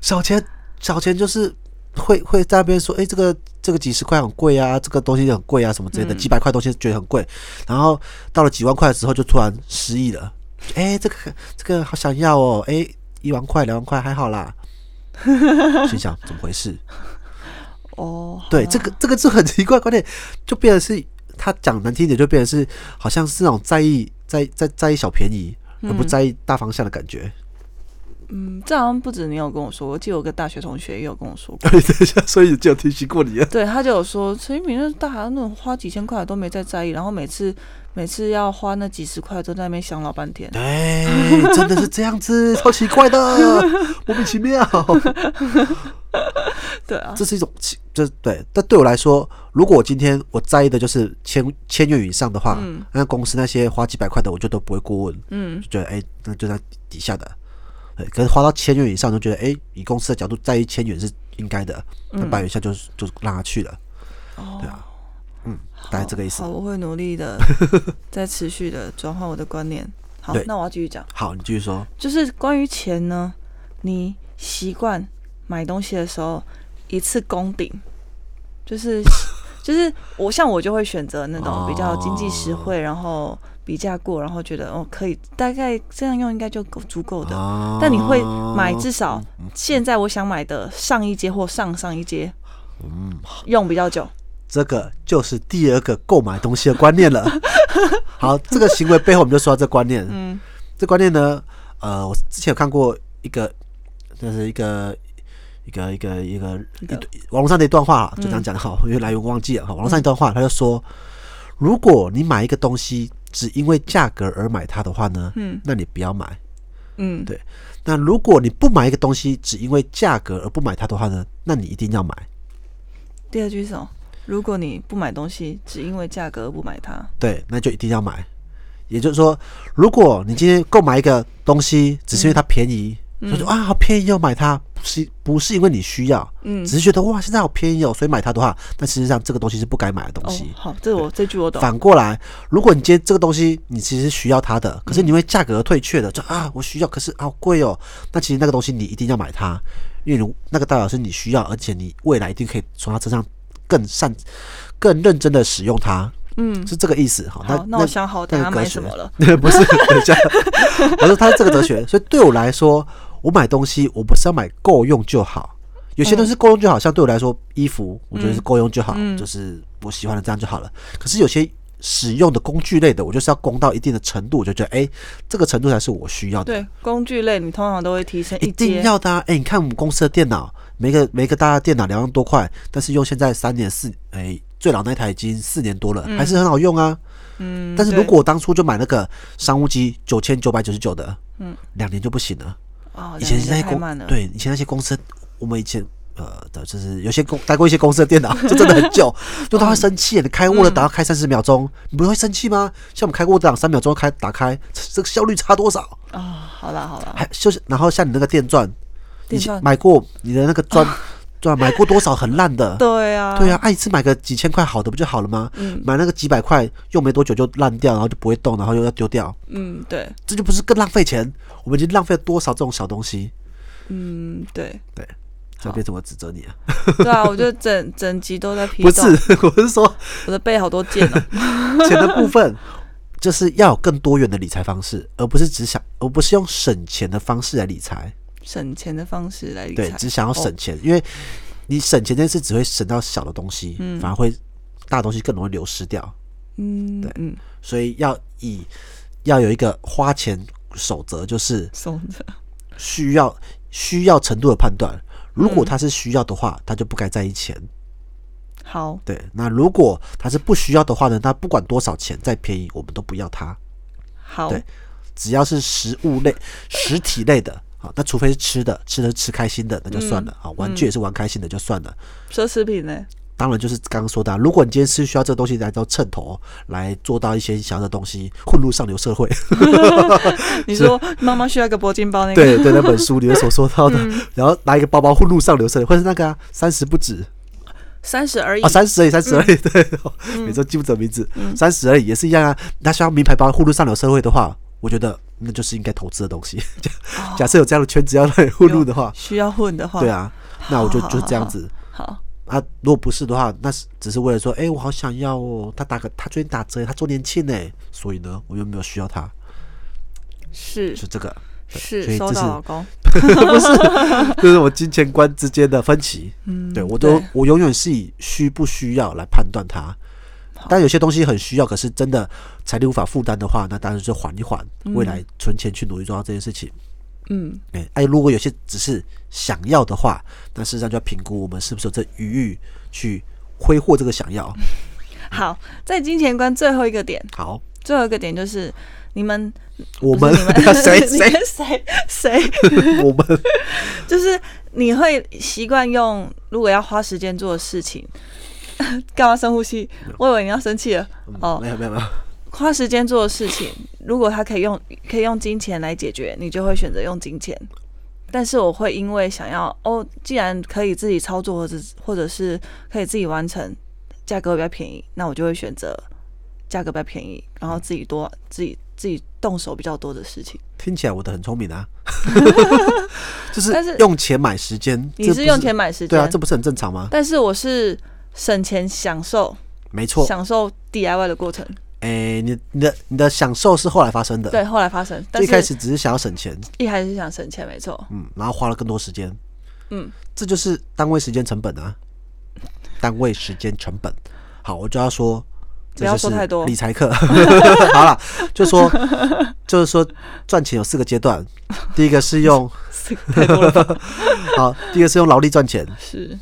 [SPEAKER 2] 小钱小钱就是会会在那边说，哎、这个这个几十块很贵啊，这个东西很贵啊，什么之类
[SPEAKER 3] 嗯
[SPEAKER 2] 的，几百块东西觉得很贵，然后到了几万块的时候就突然失忆了，哎、这个这个好想要哦，哎、一万块两万块还好 啦，心想怎么回事？
[SPEAKER 3] 哦，
[SPEAKER 2] 对，
[SPEAKER 3] 好
[SPEAKER 2] 这个这个是很奇怪的观念，就变得是他讲难听一点，就变得是好像是那种在意在在在意小便宜，而不在意大方向的感觉。
[SPEAKER 3] 嗯，这好像不止你有跟我说过，我记得有个大学同学也有跟我说过。
[SPEAKER 2] 对，等一下，所以就有提醒过你啊。
[SPEAKER 3] 对，他就有说陈一鸣那大那种花几千块都没再在意，然后每次每次要花那几十块都在那边想老半天。
[SPEAKER 2] 对，哎真的是这样 子，超奇怪的，莫名其妙。
[SPEAKER 3] 对啊，
[SPEAKER 2] 这是一种奇，这对。但对我来说，如果我今天我在意的就是千千元以上的话，那公司那些花几百块的，我就都不会过问，
[SPEAKER 3] 嗯，
[SPEAKER 2] 就觉得哎、那就在底下的。对，可是花到千元以上，就觉得哎、以公司的角度在意千元是应该的，那百元以下就就让他去了，
[SPEAKER 3] 嗯哦，
[SPEAKER 2] 对啊嗯，大概这个意思
[SPEAKER 3] 好，。我会努力 的，在持续的转换我的观念。好
[SPEAKER 2] 对，
[SPEAKER 3] 那我要继续讲，
[SPEAKER 2] 好，你继续说。
[SPEAKER 3] 就是关于钱呢，你习惯买东西的时候一次攻顶，就是 就是我像我就会选择那
[SPEAKER 2] 哦
[SPEAKER 3] 种比较经济实惠，然后比价过，然后觉得哦可以，大概这样用应该就够足够的。
[SPEAKER 2] 啊
[SPEAKER 3] 但你会买至
[SPEAKER 2] 嗯
[SPEAKER 3] 少现在我想买的上一阶或上上一阶，
[SPEAKER 2] 嗯
[SPEAKER 3] 用比较久。
[SPEAKER 2] 这个就是第二个购买东西的观 念了。好，这个行为背后我们就说到这观念。
[SPEAKER 3] 嗯，
[SPEAKER 2] 这观念呢，呃，我之前有看过一个，就是一个一个一个一个一
[SPEAKER 3] 个
[SPEAKER 2] 堆网络上的一段话啊，就这样讲好，因为来源忘记了哈。网络上一段话，他就说，如果你买一个东西只因为价格而买它的话呢，
[SPEAKER 3] 嗯
[SPEAKER 2] 那你不要买。
[SPEAKER 3] 嗯，
[SPEAKER 2] 对那如果你不买一个东西只因为价格而不买它的话呢，那你一定要买。
[SPEAKER 3] 第二句是什么？如果你不买东西，只因为价格而不买它，
[SPEAKER 2] 对，那就一定要买。也就是说，如果你今天购买一个东西，只是因为它便宜，
[SPEAKER 3] 嗯
[SPEAKER 2] 就说啊好便宜要买它，不是不是因为你需要，
[SPEAKER 3] 嗯
[SPEAKER 2] 只是觉得哇现在好便宜哦，所以买它的话，但实际上这个东西是不该买的东
[SPEAKER 3] 哦
[SPEAKER 2] 西。，
[SPEAKER 3] 好，这我这句我懂。
[SPEAKER 2] 反过来，如果你今天这个东西你其实是需要它的，可是你因为价格而退却的，就啊我需要，可是好贵哦，那其实那个东西你一定要买它，因为你那个代表是你需要，而且你未来一定可以从它身上更善、更认真的使用它。
[SPEAKER 3] 嗯，
[SPEAKER 2] 是这个意思。好，
[SPEAKER 3] 好，那我想好等下买什么了。？
[SPEAKER 2] 那个哲学不是，等一下，我说它是这个哲学，所以对我来说，我买东西我不是要买够用就好，有些东
[SPEAKER 3] 嗯
[SPEAKER 2] 西够用就好，像对我来说，衣服我觉得是够用就好，就是我喜欢的这样就好了。可是有些。使用的工具类的，我就是要攻到一定的程度，我就觉得，哎、这个程度才是我需要的。
[SPEAKER 3] 对，工具类你通常都会提升
[SPEAKER 2] 一定
[SPEAKER 3] 阶。
[SPEAKER 2] 要的、啊。哎、你看我们公司的电脑，每个每个大家电脑两万多块，但是用现在三年四，哎、最老那台已经四年多了，还是很好用啊。
[SPEAKER 3] 嗯，
[SPEAKER 2] 但是
[SPEAKER 3] 对
[SPEAKER 2] 如果我当初就买那个商务机九千九百九十九的，
[SPEAKER 3] 嗯，
[SPEAKER 2] 两年就不行了。
[SPEAKER 3] 哦，
[SPEAKER 2] 以前
[SPEAKER 3] 两
[SPEAKER 2] 那
[SPEAKER 3] 年
[SPEAKER 2] 些
[SPEAKER 3] 就太
[SPEAKER 2] 公
[SPEAKER 3] 慢了。，
[SPEAKER 2] 对以前那些公司，我们以前呃的就是有些公待过一些公司的电脑， 就真的很久，就他会生气，你开
[SPEAKER 3] 嗯
[SPEAKER 2] Word 打要开三十秒钟，你不会生气吗？像我们开 Word 档三秒钟开打开，这个效率差多少？
[SPEAKER 3] 啊，好啦好 啦，
[SPEAKER 2] 还就是然后像你那个电钻，以
[SPEAKER 3] 电
[SPEAKER 2] 前
[SPEAKER 3] 钻啊
[SPEAKER 2] 买过你的那个 钻钻买过多少很烂的？
[SPEAKER 3] 对啊，
[SPEAKER 2] 对啊，，啊一次买个几千块好的不就好了吗？
[SPEAKER 3] 嗯
[SPEAKER 2] 买那个几百块用没多久就烂掉，然后就不会动，然后又要丢掉。
[SPEAKER 3] 嗯，对，
[SPEAKER 2] 这就不是更浪费钱？我们已经浪费了多少这种小东西？
[SPEAKER 3] 嗯对，
[SPEAKER 2] 对，这
[SPEAKER 3] 好
[SPEAKER 2] 边怎么指责你啊？
[SPEAKER 3] 对啊，我就整整集都在批
[SPEAKER 2] 不
[SPEAKER 3] 斗，
[SPEAKER 2] 是， 我是说
[SPEAKER 3] 我的背好多剑哦。
[SPEAKER 2] 钱的部分， 就是要有更多元的理财方式，而不是只想，而不是用省钱的方式来理财。
[SPEAKER 3] 省钱的方式来理
[SPEAKER 2] 对
[SPEAKER 3] 财，，哦
[SPEAKER 2] 只想要省钱，因为你省钱这件事只会省到小的东西，反而会大东西更容易流失掉。
[SPEAKER 3] 嗯，嗯，
[SPEAKER 2] 所以要以要有一个花钱守则，就是
[SPEAKER 3] 松着，
[SPEAKER 2] 需要需要程度的判断。如
[SPEAKER 3] 嗯
[SPEAKER 2] 果他是需要的话，他就不该在意钱。
[SPEAKER 3] 好，
[SPEAKER 2] 对，那如果他是不需要的话呢，那不管多少钱再便宜，我们都不要它。
[SPEAKER 3] 好，
[SPEAKER 2] 对只要是食物类、实体类的，好，那除非是吃的，吃的吃开心的，那就算了。好，玩具也是玩开心的，就算了。
[SPEAKER 3] 奢侈品呢？
[SPEAKER 2] 当然就是刚刚说的啊、如果你今天是需要这个东西来到衬头，来做到一些想要的东西，混入上流社会，
[SPEAKER 3] 你说妈妈需要一个铂金包那个，
[SPEAKER 2] 对对，那本书里面所说到的，然后拿一个包包混入上流社会，或是那个啊，三十不止，
[SPEAKER 3] 三十而已
[SPEAKER 2] 啊，，三十而已，三十而
[SPEAKER 3] 嗯
[SPEAKER 2] 已，对， 哦每周记不得名字，三十而已也是一样啊。那像名牌包混入上流社会的话，我觉得那就是应该投资的东西。 假
[SPEAKER 3] 哦
[SPEAKER 2] 假设有这样的圈子要让你混入的话，
[SPEAKER 3] 需要混的话，
[SPEAKER 2] 对，啊，那我就
[SPEAKER 3] 好
[SPEAKER 2] 就是这样子。
[SPEAKER 3] 好，
[SPEAKER 2] 啊，如果不是的话，那是只是为了说，哎、我好想要哦，他打个他最近打折，他周年庆呢，所以呢，我又没有需要他，
[SPEAKER 3] 是
[SPEAKER 2] 就这个，所
[SPEAKER 3] 是，
[SPEAKER 2] 以
[SPEAKER 3] 收
[SPEAKER 2] 这
[SPEAKER 3] 到
[SPEAKER 2] 是
[SPEAKER 3] 老公，
[SPEAKER 2] 不 是，就是我金钱观之间的分歧。
[SPEAKER 3] 嗯，
[SPEAKER 2] 对我都
[SPEAKER 3] 对
[SPEAKER 2] 我永远是以需不需要来判断它。但有些东西很需要，可是真的财力无法负担的话，那当然就缓一缓，未来存钱去努力做到这件事情。
[SPEAKER 3] 嗯，
[SPEAKER 2] 哎、哎，如果有些只是想要的话，那事实上就要评估我们是不是有这余裕去挥霍这个想要。
[SPEAKER 3] 嗯好，在金钱观最后一个点，
[SPEAKER 2] 好，
[SPEAKER 3] 最后一个点就是 你们
[SPEAKER 2] 我
[SPEAKER 3] 不
[SPEAKER 2] 们
[SPEAKER 3] 是你们
[SPEAKER 2] 谁
[SPEAKER 3] 你
[SPEAKER 2] 谁
[SPEAKER 3] 们谁谁，
[SPEAKER 2] 我们
[SPEAKER 3] 就是你会习惯用如果要花时间做的事情， 干嘛深呼吸？我以为你要生气了
[SPEAKER 2] 嗯
[SPEAKER 3] 哦。
[SPEAKER 2] 没有没有没有，
[SPEAKER 3] 花时间做的事情，如果他可以用可以用金钱来解决，你就会选择用金钱。但是我会因为想要哦，既然可以自己操作，或者或者是可以自己完成，价格比较便宜，那我就会选择价格比较便宜，然后自己多自己自己动手比较多的事情。
[SPEAKER 2] 听起来我的很聪明 啊， 就是
[SPEAKER 3] 但是
[SPEAKER 2] 用钱买时间，
[SPEAKER 3] 你
[SPEAKER 2] 这
[SPEAKER 3] 是
[SPEAKER 2] 不
[SPEAKER 3] 用钱买时间，
[SPEAKER 2] 对啊，这不是很正常吗？
[SPEAKER 3] 但是我是省钱享受
[SPEAKER 2] 没错，
[SPEAKER 3] 享受 DIY 的过程。
[SPEAKER 2] 哎、你你的你的享受是后来发生的，
[SPEAKER 3] 对，，后来发生，但
[SPEAKER 2] 一
[SPEAKER 3] 是
[SPEAKER 2] 开始只是想要省钱，
[SPEAKER 3] 一开始是想省钱，没错。
[SPEAKER 2] 嗯，然后花了更多时间，
[SPEAKER 3] 嗯，
[SPEAKER 2] 这就是单位时间成本啊，单位时间成本。好，我就要说，
[SPEAKER 3] 不要说太多
[SPEAKER 2] 这就是理财课。 好了，就 说就是说赚钱有四个阶段，第一个是 用
[SPEAKER 3] 是太多了吧？
[SPEAKER 2] 好，第一个是用劳力赚钱，
[SPEAKER 3] 是，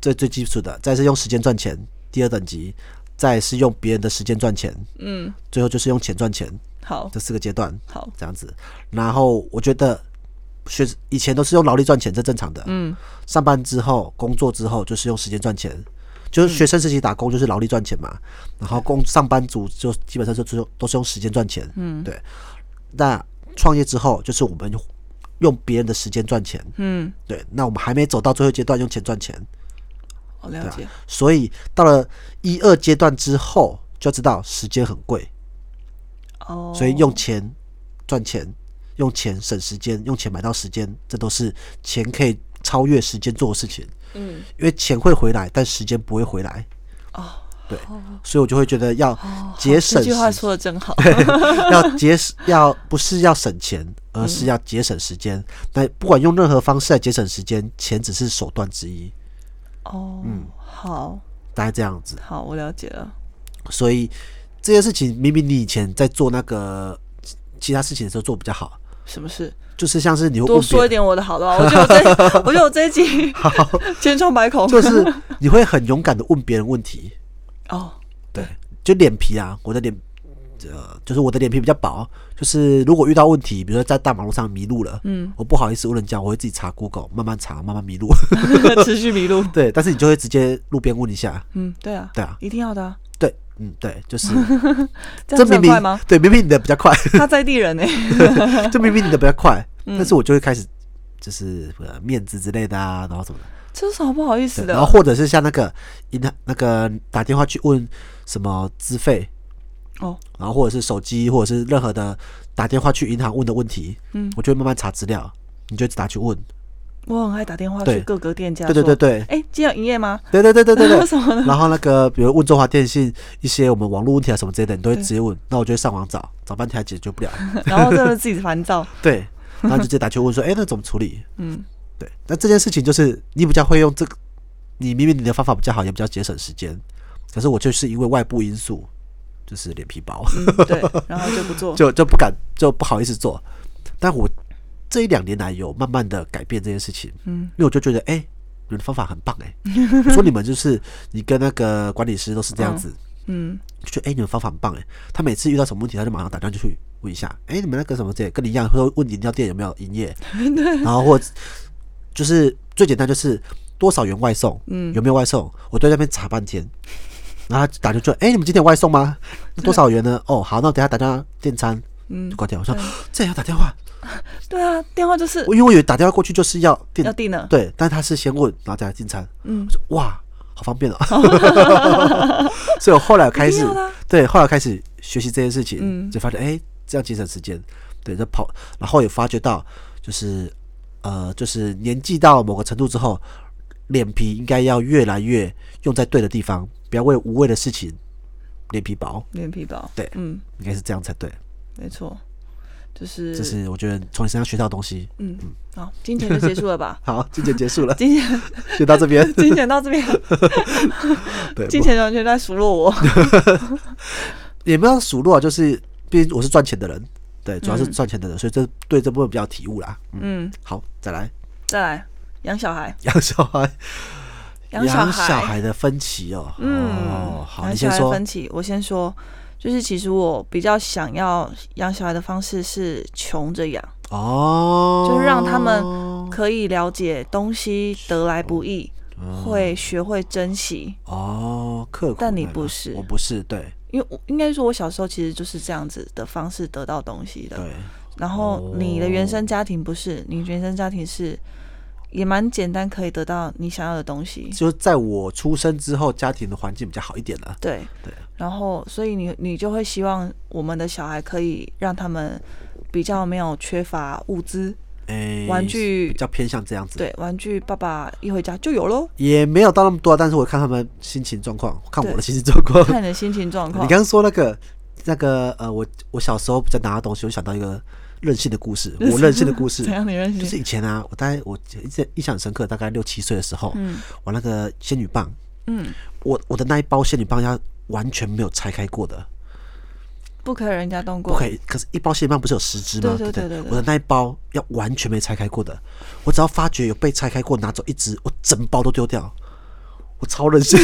[SPEAKER 2] 最最基础的，再是用时间赚钱，第二等级，再是用别人的时间赚钱，
[SPEAKER 3] 嗯，
[SPEAKER 2] 最后就是用钱赚钱，
[SPEAKER 3] 好
[SPEAKER 2] 这四个阶段
[SPEAKER 3] 好，
[SPEAKER 2] 这样子。然后我觉得学以前都是用劳力赚钱，这正常的。
[SPEAKER 3] 嗯，
[SPEAKER 2] 上班之后工作之后就是用时间赚钱，
[SPEAKER 3] 嗯
[SPEAKER 2] 就是学生时期打工就是劳力赚钱嘛，然后工上班族就基本上就就都是用时间赚钱。嗯，对。那创业之后就是我们用别人的时间赚钱。
[SPEAKER 3] 嗯，
[SPEAKER 2] 对，那我们还没走到最后阶段，用钱赚钱。
[SPEAKER 3] 我了
[SPEAKER 2] 啊
[SPEAKER 3] 解。
[SPEAKER 2] 所以到了一二阶段之后，就要知道时间很贵，
[SPEAKER 3] 哦，
[SPEAKER 2] 所以用钱赚钱，用钱省时间，用钱买到时间，这都是钱可以超越时间做的事情。
[SPEAKER 3] 嗯，
[SPEAKER 2] 因为钱会回来，但时间不会回来，
[SPEAKER 3] 哦，
[SPEAKER 2] 所以我就会觉得要
[SPEAKER 3] 哦
[SPEAKER 2] 节省
[SPEAKER 3] 这句话
[SPEAKER 2] 时，
[SPEAKER 3] 说的真 好。
[SPEAKER 2] 要节省，要不是要省钱，而
[SPEAKER 3] 嗯
[SPEAKER 2] 是要节省时间。那不管用任何方式来节省时间，钱只是手段之一，
[SPEAKER 3] 哦，好
[SPEAKER 2] 大概这样子。
[SPEAKER 3] 好，我了解了。
[SPEAKER 2] 所以这件事情，明明你以前在做那个其其他事情的时候做比较好，
[SPEAKER 3] 什么事？
[SPEAKER 2] 就是像是你会
[SPEAKER 3] 多
[SPEAKER 2] 问别
[SPEAKER 3] 说一
[SPEAKER 2] 人，
[SPEAKER 3] 点我的好的吧。我觉得我这，我觉得我这一集 千疮百孔。
[SPEAKER 2] 就是你会很勇敢的问别人问题，
[SPEAKER 3] 哦，
[SPEAKER 2] 对，就脸皮啊，我的脸，呃，就是我的脸皮比较薄，就是如果遇到问题，比如说在大马路上迷路了，嗯，我不好意思问人家，我会自己查 Google，慢慢查，慢慢 迷路，
[SPEAKER 3] 持续迷路。
[SPEAKER 2] 对，但是你就会直接路边问一下，
[SPEAKER 3] 嗯，对啊，
[SPEAKER 2] 对啊
[SPEAKER 3] 一定要的啊。
[SPEAKER 2] 对，嗯，对，就是
[SPEAKER 3] 这样子
[SPEAKER 2] 明
[SPEAKER 3] 很
[SPEAKER 2] 明
[SPEAKER 3] 快吗？
[SPEAKER 2] 对，明明你的比较 快，
[SPEAKER 3] 他在地人呢、
[SPEAKER 2] 这明明你的比较快，
[SPEAKER 3] 嗯
[SPEAKER 2] 但是我就会开始就是呃面子之类的啊，然后什么的。
[SPEAKER 3] 这有什么不好意思
[SPEAKER 2] 对，
[SPEAKER 3] 的？
[SPEAKER 2] 然后或者是像那个银行那个打电话去问什么资费，
[SPEAKER 3] 哦，
[SPEAKER 2] 然后或者是手机或者是任何的打电话去银行问的问题，
[SPEAKER 3] 嗯
[SPEAKER 2] 我就会慢慢查资料，你就一直打去问，
[SPEAKER 3] 我很爱打电话
[SPEAKER 2] 对
[SPEAKER 3] 去各个店家
[SPEAKER 2] 对对对
[SPEAKER 3] 说，
[SPEAKER 2] 对。
[SPEAKER 3] 哎、今天有营业吗？
[SPEAKER 2] 对对对对对
[SPEAKER 3] 什么
[SPEAKER 2] 对，
[SPEAKER 3] 的
[SPEAKER 2] 然后那个比如问中华电信一些我们网络问题啊什么之类的，你都会
[SPEAKER 3] 对
[SPEAKER 2] 直接问，那我就会上网找，找半天还解决不了，
[SPEAKER 3] 然后真的自己烦躁。
[SPEAKER 2] 对，然后就直接打去问说，哎，那怎么处理？
[SPEAKER 3] 嗯，
[SPEAKER 2] 对，那这件事情就是你比较会用这个，你明明你的方法比较好，也比较节省时间，可是我就是因为外部因素，就是脸皮薄，
[SPEAKER 3] 嗯对，然后就不 做。
[SPEAKER 2] 就就不敢就不好意思做。但我这一两年来有慢慢的改变这件事情，
[SPEAKER 3] 嗯，
[SPEAKER 2] 因为我就觉得哎、你们的方法很棒哎、我 说你们就是你跟那个管理师都是这样子，
[SPEAKER 3] 嗯，
[SPEAKER 2] 就觉得哎、你们方法很棒哎、他每次遇到什么问题，他就马上打电话去问一下，哎、你们那个什么之类，跟你一样，会问饮料店有没有营 业，然后或者就是最简单就是多少元外送，
[SPEAKER 3] 嗯
[SPEAKER 2] 有没有外送，我对那边查半天。然后他打就说：“哎、你们今天有外送吗？那多少元呢？哦，好，那我等一下打电话订餐，
[SPEAKER 3] 嗯
[SPEAKER 2] 就挂掉。”我说：“这也要打电话？
[SPEAKER 3] 对啊，电话就是
[SPEAKER 2] 我因为我以为打电话过去就是要订
[SPEAKER 3] 要订了。
[SPEAKER 2] 对，但他是先问，然后再来进餐。
[SPEAKER 3] 嗯
[SPEAKER 2] 我说哇，好方便哦。 所以我后来开
[SPEAKER 3] 一
[SPEAKER 2] 始
[SPEAKER 3] 定要的啊，
[SPEAKER 2] 对，后来开始学习这件事情，
[SPEAKER 3] 嗯
[SPEAKER 2] 就发现哎、这样节省时间。对，就跑，然后也发觉到，就是呃，就是年纪到某个程度之后，脸皮应该要越来越用在对的地方，不要为无谓的事情脸皮薄，
[SPEAKER 3] 脸皮薄。
[SPEAKER 2] 对
[SPEAKER 3] 嗯，
[SPEAKER 2] 应该是这样才对。
[SPEAKER 3] 没错，就是
[SPEAKER 2] 这是我觉得从你身上学到的东西。？
[SPEAKER 3] 嗯，好，今天就结束了吧，
[SPEAKER 2] 好，今天结束了
[SPEAKER 3] 今天
[SPEAKER 2] 就到这边。
[SPEAKER 3] 今天到 这边，
[SPEAKER 2] 对，不
[SPEAKER 3] 金钱完全 在数落我。
[SPEAKER 2] 也没有数落啊，就是毕竟我是赚钱的人，对，主要是赚钱的人，所以这对这部分比较体悟啦。嗯，
[SPEAKER 3] 嗯，
[SPEAKER 2] 好，再来
[SPEAKER 3] 再来养小孩，
[SPEAKER 2] 养小孩，
[SPEAKER 3] 养小孩，
[SPEAKER 2] 小孩的分歧哦。
[SPEAKER 3] 嗯
[SPEAKER 2] 哦，，好，
[SPEAKER 3] 养
[SPEAKER 2] 你
[SPEAKER 3] 小
[SPEAKER 2] 先
[SPEAKER 3] 孩
[SPEAKER 2] 说
[SPEAKER 3] 分。歧，我先说，就是其实我比较想要养小孩的方式是穷着养，
[SPEAKER 2] 哦，
[SPEAKER 3] 就是让他们可以了解东西得来不易，会学会珍惜。
[SPEAKER 2] 哦刻苦，
[SPEAKER 3] 但你不是
[SPEAKER 2] 我不是，对
[SPEAKER 3] 因为我应该说，我小时候其实就是这样子的方式得到东西的。
[SPEAKER 2] 对，
[SPEAKER 3] 然后你的原生家庭不是，你原生家庭是也蛮简单，可以得到你想要的东西。
[SPEAKER 2] 就是在我出生之后，家庭的环境比较好一点了。
[SPEAKER 3] 对
[SPEAKER 2] 对，
[SPEAKER 3] 然后所以你你就会希望我们的小孩可以让他们比较没有缺乏物资，
[SPEAKER 2] 哎，
[SPEAKER 3] 玩具
[SPEAKER 2] 比较偏向这样子，，。
[SPEAKER 3] 对，玩具爸爸一回家就有喽
[SPEAKER 2] 也没有到那么多，但是我看他们心情状况，看我的
[SPEAKER 3] 对
[SPEAKER 2] 心情状况。
[SPEAKER 3] 看你的心情状
[SPEAKER 2] 你
[SPEAKER 3] 况
[SPEAKER 2] 刚，刚说那个那个呃，我我小时候比较拿的东西，我想到一个任性的故事，我任性的故 事
[SPEAKER 3] 怎。样你认
[SPEAKER 2] 就是
[SPEAKER 3] 识？
[SPEAKER 2] 以前啊，我大概我一直印象很深刻，大概六七岁的时候，
[SPEAKER 3] 嗯
[SPEAKER 2] 我那个仙女棒，
[SPEAKER 3] 嗯，
[SPEAKER 2] 我我的那一包仙女棒要完全没有拆开过的，
[SPEAKER 3] 不可以人家动过，
[SPEAKER 2] 不可以。可是，一包蟹棒不是有十只吗？
[SPEAKER 3] 对对
[SPEAKER 2] 对
[SPEAKER 3] 对对对
[SPEAKER 2] 我的那一包要完全没拆开过的，我只要发觉有被拆开过，拿走一只，我整包都丢掉。我超任 性，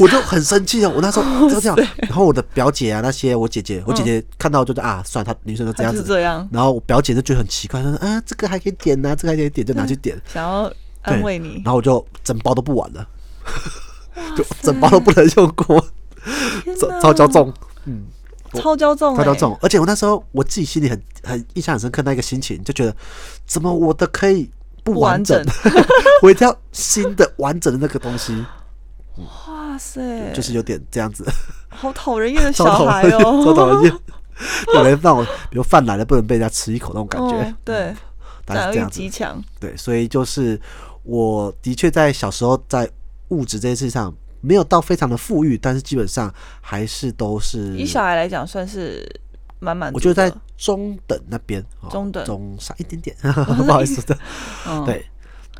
[SPEAKER 2] 我就很生气啊！我那时候就这样，然后我的表姐啊，那些我姐姐，我姐姐看到就是啊，算了，她女生都这
[SPEAKER 3] 他
[SPEAKER 2] 样
[SPEAKER 3] 嗯就是
[SPEAKER 2] 子。
[SPEAKER 3] 这样，
[SPEAKER 2] 然后我表姐就觉得很奇怪，她说啊，这个还可以点呐、这个还可以点，就拿去点。
[SPEAKER 3] 想要
[SPEAKER 2] 对
[SPEAKER 3] 安慰你
[SPEAKER 2] 然。后我就整包都不玩了，就整包都不能用过，
[SPEAKER 3] 天
[SPEAKER 2] 超
[SPEAKER 3] 哪
[SPEAKER 2] 超骄纵。哎
[SPEAKER 3] 超骄纵、欸，
[SPEAKER 2] 快到这种，而且我那时候我自己心里很很印象很深刻那一个心情，就觉得怎么我的可以不
[SPEAKER 3] 不
[SPEAKER 2] 完
[SPEAKER 3] 完
[SPEAKER 2] 整， 我一定要新的完整的那个东 西，
[SPEAKER 3] 哇塞，
[SPEAKER 2] 就是有点这样 子，
[SPEAKER 3] 好讨人厌的
[SPEAKER 2] 超
[SPEAKER 3] 小
[SPEAKER 2] 讨
[SPEAKER 3] 孩
[SPEAKER 2] 厌，
[SPEAKER 3] 哦，
[SPEAKER 2] 超讨人厌。有人让我，比如饭来了不能被人家吃一口那种感觉，嗯
[SPEAKER 3] 哦、对，
[SPEAKER 2] 大概
[SPEAKER 3] 占
[SPEAKER 2] 是这
[SPEAKER 3] 有
[SPEAKER 2] 样
[SPEAKER 3] 欲
[SPEAKER 2] 子
[SPEAKER 3] 极。强，
[SPEAKER 2] 对，所以就是我的确在小时候在物质这件事上没有到非常的富裕，但是基本上还是都是
[SPEAKER 3] 以小孩来讲算是满满
[SPEAKER 2] 嗯
[SPEAKER 3] 足的。
[SPEAKER 2] 我就在中等那边，哦
[SPEAKER 3] 中等
[SPEAKER 2] 中上一点点， 不好意思的。
[SPEAKER 3] 嗯，
[SPEAKER 2] 对，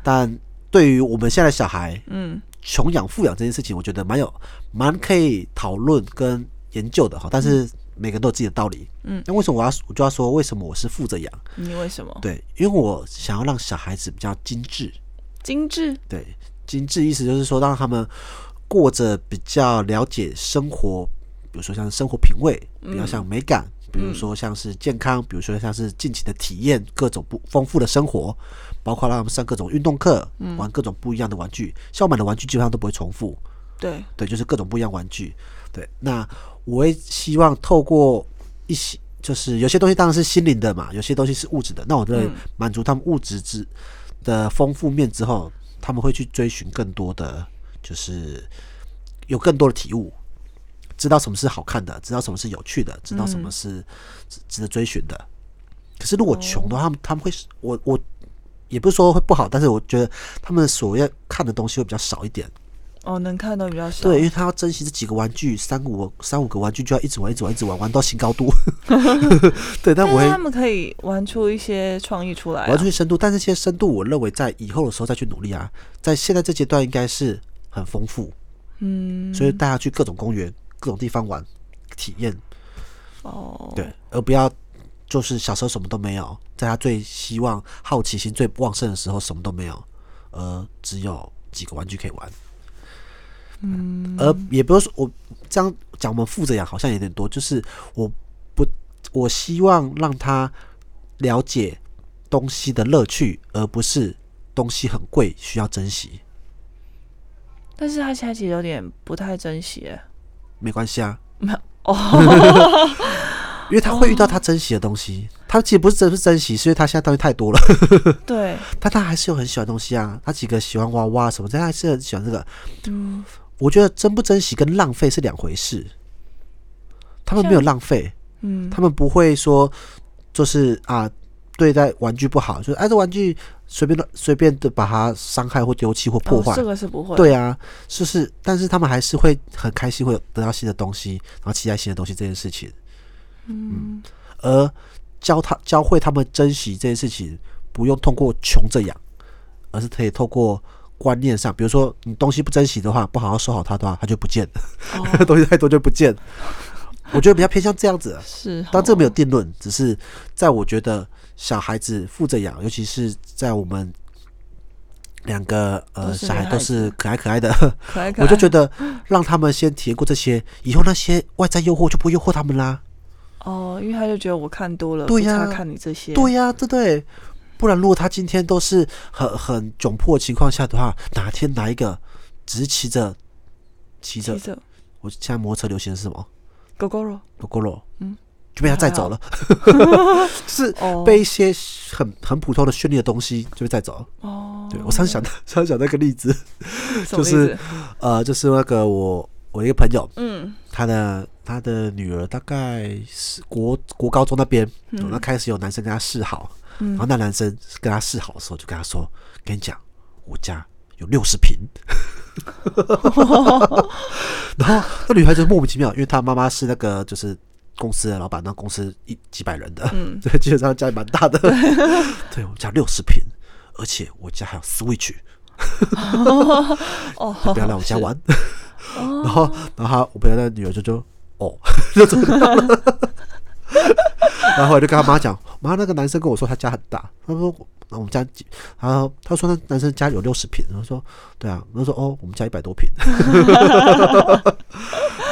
[SPEAKER 2] 但对于我们现在的小孩，
[SPEAKER 3] 嗯，
[SPEAKER 2] 穷养富养这件事情，我觉得蛮有蛮可以讨论跟研究的哈。但是每个人都有自己的道理。
[SPEAKER 3] 嗯
[SPEAKER 2] 那为什么我要我就要说为什么我是负责养？
[SPEAKER 3] 你为什么
[SPEAKER 2] 对，因为我想要让小孩子比较精致。
[SPEAKER 3] 精致？
[SPEAKER 2] 对，精致意思就是说让他们过着比较了解生活，比如说像生活品味，比较像美感，比如说像是健康，比如说像是尽情的体验各种不丰富的生活，包括让他们上各种运动课，玩各种不一样的玩具。像我买的玩具基本上都不会重复，
[SPEAKER 3] 对，
[SPEAKER 2] 对，就是各种不一样玩具。对，那我会希望透过一些，就是有些东西当然是心灵的嘛，有些东西是物质的。那我认为满足他们物质之的丰富面之后，他们会去追寻更多的，就是有更多的体悟，知道什么是好看的，知道什么是有趣的，知道什么是值值得追寻的。可是如果穷的话，他们他们会是，我我也不是说会不好，但是我觉得他们所要看的东西会比较少一点。
[SPEAKER 3] 哦，能看的比较少。
[SPEAKER 2] 对，因为他要珍惜这几个玩具，三五三五个玩具就要一直玩，一直玩，一直玩，玩到新高度。 对，但
[SPEAKER 3] 但
[SPEAKER 2] 我
[SPEAKER 3] 是
[SPEAKER 2] 会
[SPEAKER 3] 他们可以玩出一些创意出来、
[SPEAKER 2] 玩
[SPEAKER 3] 啊
[SPEAKER 2] 出。去深度，但这些深度，我认为在以后的时候再去努力啊，在现在这阶段应该是很丰富，
[SPEAKER 3] 嗯，
[SPEAKER 2] 所以带他去各种公园、各种地方玩，体验，
[SPEAKER 3] 哦，
[SPEAKER 2] 对，而不要就是小时候什么都没有，在他最希望、好奇心最旺盛的时候什么都没有，而只有几个玩具可以玩。嗯，而也不是说我这样讲，我们负责养好像有点多，就是我不，我希望让他了解东西的乐趣，而不是东西很贵需要珍惜。
[SPEAKER 3] 但是他现在其实有点不太珍惜耶。
[SPEAKER 2] 没关系啊，
[SPEAKER 3] 没有
[SPEAKER 2] 因为他会遇到他珍惜的东西，他其实不是真不是珍惜，是因为他现在东西太多了。
[SPEAKER 3] 对，
[SPEAKER 2] 但他还是有很喜欢东西啊，他几个喜欢娃娃什么的，他还是很喜欢这个。
[SPEAKER 3] 嗯
[SPEAKER 2] 我觉得珍不珍惜跟浪费是两回事，他们没有浪费，
[SPEAKER 3] 嗯，
[SPEAKER 2] 他们不会说就是啊对待玩具不好，就是哎、这玩具随便乱随便的把它伤害或丢弃或破坏。
[SPEAKER 3] 哦、这个是不会。，
[SPEAKER 2] 对啊，就是，但是他们还是会很开心，会有得到新的东西，然后期待新的东西这件事情。
[SPEAKER 3] 嗯，
[SPEAKER 2] 而教他教会他们珍惜这件事情，不用通过穷着养，而是可以透过观念上，比如 说你东西不珍惜的话，不好好收好它的话，它就不见，
[SPEAKER 3] 哦，
[SPEAKER 2] 东西太多就不见。我觉得比较偏向这样子。
[SPEAKER 3] 是哦，
[SPEAKER 2] 嗯但这个没有定论，只是在我觉得小孩子负责养，尤其是在我们两个呃
[SPEAKER 3] 都是
[SPEAKER 2] 小孩
[SPEAKER 3] 女
[SPEAKER 2] 都
[SPEAKER 3] 孩子
[SPEAKER 2] 是可爱可爱的，
[SPEAKER 3] 可爱可爱，
[SPEAKER 2] 我就觉得让他们先体验过这些，以后那些外在诱惑就不会诱惑他们啦。
[SPEAKER 3] 哦，因为他就觉得我看多了，
[SPEAKER 2] 对
[SPEAKER 3] 不差
[SPEAKER 2] 呀
[SPEAKER 3] 看你这些，
[SPEAKER 2] 对呀、对对。不然，如果他今天都是很很窘迫的情况下的话，哪天哪一个只是骑着骑着
[SPEAKER 3] 骑，着
[SPEAKER 2] 我现在摩托车流行的是什么？
[SPEAKER 3] 狗狗肉，
[SPEAKER 2] 不过咯，
[SPEAKER 3] 嗯，
[SPEAKER 2] 就被他载
[SPEAKER 3] 还
[SPEAKER 2] 走
[SPEAKER 3] 好
[SPEAKER 2] 了，就是
[SPEAKER 3] 哦
[SPEAKER 2] 被一些很很普通的绚丽的东西就被载走了。
[SPEAKER 3] 哦，
[SPEAKER 2] 对我常想到，常想到一个例子，
[SPEAKER 3] 什么
[SPEAKER 2] 就
[SPEAKER 3] 意
[SPEAKER 2] 是
[SPEAKER 3] 思
[SPEAKER 2] 呃，就是那个我我一个朋友，
[SPEAKER 3] 嗯
[SPEAKER 2] 他的他的女儿大概是国国高中那边，
[SPEAKER 3] 嗯
[SPEAKER 2] 那开始有男生跟他示好，然后
[SPEAKER 3] 嗯，
[SPEAKER 2] 那男生跟他示好的时候，就跟他说：“跟你讲，我家有六十平。”然后那女孩就莫名其妙，因为她妈妈是那个就是公司的老板，那公司一几百人的，
[SPEAKER 3] 嗯
[SPEAKER 2] 对，基本上家里蛮 大的。对，我们家六十平，而且我家还有 Switch，
[SPEAKER 3] 哦，
[SPEAKER 2] 不要来我家
[SPEAKER 3] 是，
[SPEAKER 2] 玩。 然后，然后他我朋友的女儿就就哦， 就知道了。然后我就跟他妈讲，妈，那个男生跟我说他家很大，他说我们家几，然后他说那男生家有六十平，我说对啊，他说哦，我们家一百多平， 我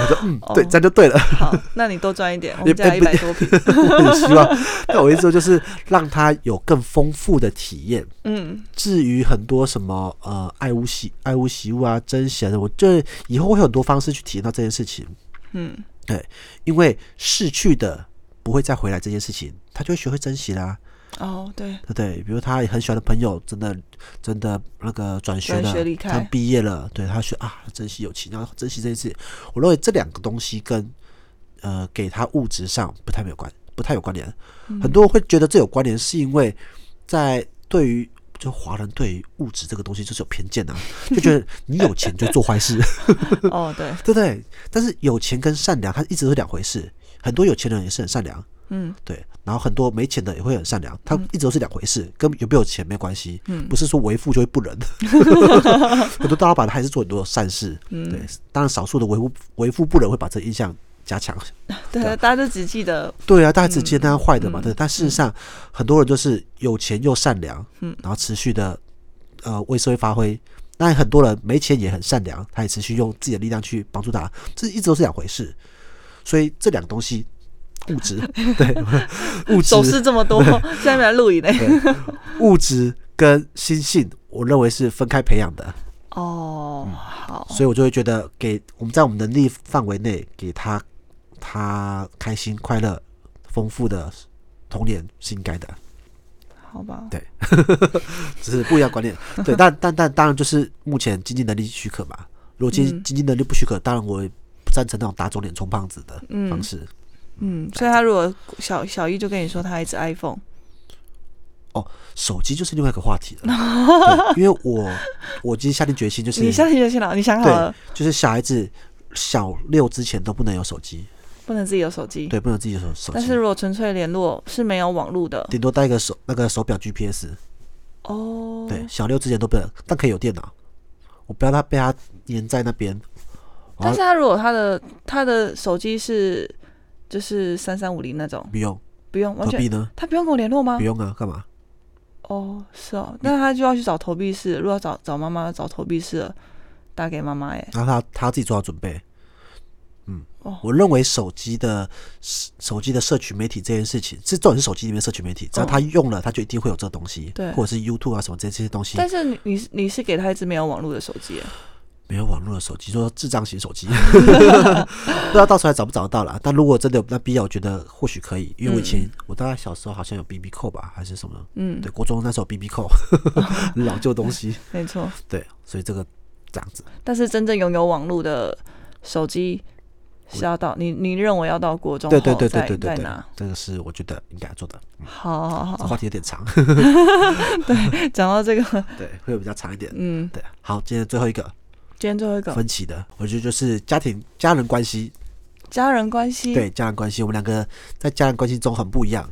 [SPEAKER 2] 说嗯，对，
[SPEAKER 3] 哦
[SPEAKER 2] 这样就对了，
[SPEAKER 3] 好，那你多赚一点，我
[SPEAKER 2] 也
[SPEAKER 3] 们家
[SPEAKER 2] 也
[SPEAKER 3] 一
[SPEAKER 2] 不
[SPEAKER 3] 百多 平，
[SPEAKER 2] 很希望。但我意思说就是让他有更丰富的体验，
[SPEAKER 3] 嗯，
[SPEAKER 2] 至于很多什么呃爱屋喜爱屋喜物啊、珍贤的，我这以后会有很多方式去体验到这件事情。
[SPEAKER 3] 嗯，
[SPEAKER 2] 对，因为逝去的不会再回来这件事情，他就会学会珍惜啦，
[SPEAKER 3] 哦，对，
[SPEAKER 2] 对不对？比如他很喜欢的朋友，真的真的那个转学
[SPEAKER 3] 转
[SPEAKER 2] 了，
[SPEAKER 3] 学离开
[SPEAKER 2] 他毕业了，对他学啊，珍惜友情，然后珍惜这件事。我认为这两个东西跟呃给他物质上不太没有关，不太有关联。
[SPEAKER 3] 嗯
[SPEAKER 2] 很多人会觉得这有关联，是因为在对于。就华人对于物质这个东西就是有偏见啊，就觉 得你有钱就做坏事，
[SPEAKER 3] 哦，对，
[SPEAKER 2] 对不对？但是有钱跟善良，它一直都是两回事。很多有钱人也是很善良，
[SPEAKER 3] 嗯，
[SPEAKER 2] 对，然后很多没钱的也会很善良，它一直都是两回事，跟有没有钱没关系，
[SPEAKER 3] 嗯
[SPEAKER 2] 不是说为富就会不 仁。 很多大老板还是做很多善事，
[SPEAKER 3] 嗯
[SPEAKER 2] 对，当然少数的为富为富不仁会把这个印象加强。
[SPEAKER 3] 对，
[SPEAKER 2] 啊
[SPEAKER 3] 大家就只记得，
[SPEAKER 2] 对啊，大家只记得那坏的嘛，
[SPEAKER 3] 嗯
[SPEAKER 2] 对。但事实上，很多人就是有钱又善良，
[SPEAKER 3] 嗯
[SPEAKER 2] 然后持续的呃为社会发挥。那很多人没钱也很善良，他也持续用自己的力量去帮助他，这一直都是两回事。所以这两个东西，物质 对物
[SPEAKER 3] 手势
[SPEAKER 2] 质
[SPEAKER 3] 这么多， 现在没来录影呢。
[SPEAKER 2] 物质跟心性，我认为是分开培养的。嗯
[SPEAKER 3] 哦，好，
[SPEAKER 2] 所以我就会觉得给我们在我们能力范围内给他他开心快乐丰富的童年是应该的。
[SPEAKER 3] 好吧，
[SPEAKER 2] 只是不一样观 念。对，但但但当然就是目前经济能力许可嘛。如果经
[SPEAKER 3] 嗯
[SPEAKER 2] 经济能力不许可，当然我也不赞成那种打肿脸充胖子的方式。
[SPEAKER 3] 嗯，所以他如果小小一就跟你说他一直 iPhone，
[SPEAKER 2] 手机就是另外一个话 题了，对因为我我已经下定决心，就是
[SPEAKER 3] 你下定决心了，你想好
[SPEAKER 2] 对
[SPEAKER 3] 了，，
[SPEAKER 2] 就是小孩子小六之前都不能有手机，
[SPEAKER 3] 不能自己有手机。
[SPEAKER 2] 对，不能有自己的手手
[SPEAKER 3] 但是
[SPEAKER 2] 机，
[SPEAKER 3] 如果纯粹联络是没有网络的
[SPEAKER 2] 顶多带一个手那个手表 GPS。
[SPEAKER 3] 哦，
[SPEAKER 2] 对，小六之前都不能，但可以有电脑。我不要他被他粘在那边。我
[SPEAKER 3] 但
[SPEAKER 2] 要
[SPEAKER 3] 是他如果他的他的手机是就是三三五零那种，
[SPEAKER 2] 不用，
[SPEAKER 3] 不用完
[SPEAKER 2] 何
[SPEAKER 3] 全
[SPEAKER 2] 必呢？
[SPEAKER 3] 他不用跟我联络吗
[SPEAKER 2] 不？用啊，干嘛？
[SPEAKER 3] 哦，是
[SPEAKER 2] 嗯
[SPEAKER 3] 哦，那他就要去找投币式，如果要找找妈妈找投币式了，打给妈妈哎，
[SPEAKER 2] 然后他他自己做好准备。嗯
[SPEAKER 3] 哦，
[SPEAKER 2] 我认为手机的手手机的社群媒体这件事情，是重点是手机里面社群媒体，只要他用了，他就一定会有这个东西，
[SPEAKER 3] 哦对
[SPEAKER 2] 或者是 YouTube 啊什么这些东西
[SPEAKER 3] 但。是你你是你是给他一只没有网络的手机耶，
[SPEAKER 2] 没有网络的手机，说智障型手机， 不知道到时候还找不找得到啦。但如果真的有那必要，我觉得或许可以，因为我以前、我大概小时候好像有 BB 扣吧，还是什么，
[SPEAKER 3] 嗯，
[SPEAKER 2] 对，国中那时候 BB 扣， 老旧东 西，
[SPEAKER 3] 没错。
[SPEAKER 2] 对，所以这个这样子，
[SPEAKER 3] 但是真正拥有网络的手机是要到你你认为要到国中
[SPEAKER 2] 对对对
[SPEAKER 3] 后
[SPEAKER 2] 对
[SPEAKER 3] 再
[SPEAKER 2] 对对
[SPEAKER 3] 再
[SPEAKER 2] 对
[SPEAKER 3] 拿。，
[SPEAKER 2] 这个是我觉得应该做的。
[SPEAKER 3] 好好好
[SPEAKER 2] 这
[SPEAKER 3] 好，
[SPEAKER 2] 话题有点长，
[SPEAKER 3] 哦讲到这个，
[SPEAKER 2] 对，会比较长一点。
[SPEAKER 3] 嗯，
[SPEAKER 2] 对，好，今天最后一个
[SPEAKER 3] 今天最后一个
[SPEAKER 2] 分歧的，我觉得就是家庭、家人关系。
[SPEAKER 3] 家人关系，
[SPEAKER 2] 对，家人关系，我们两个在家人关系中很不一样，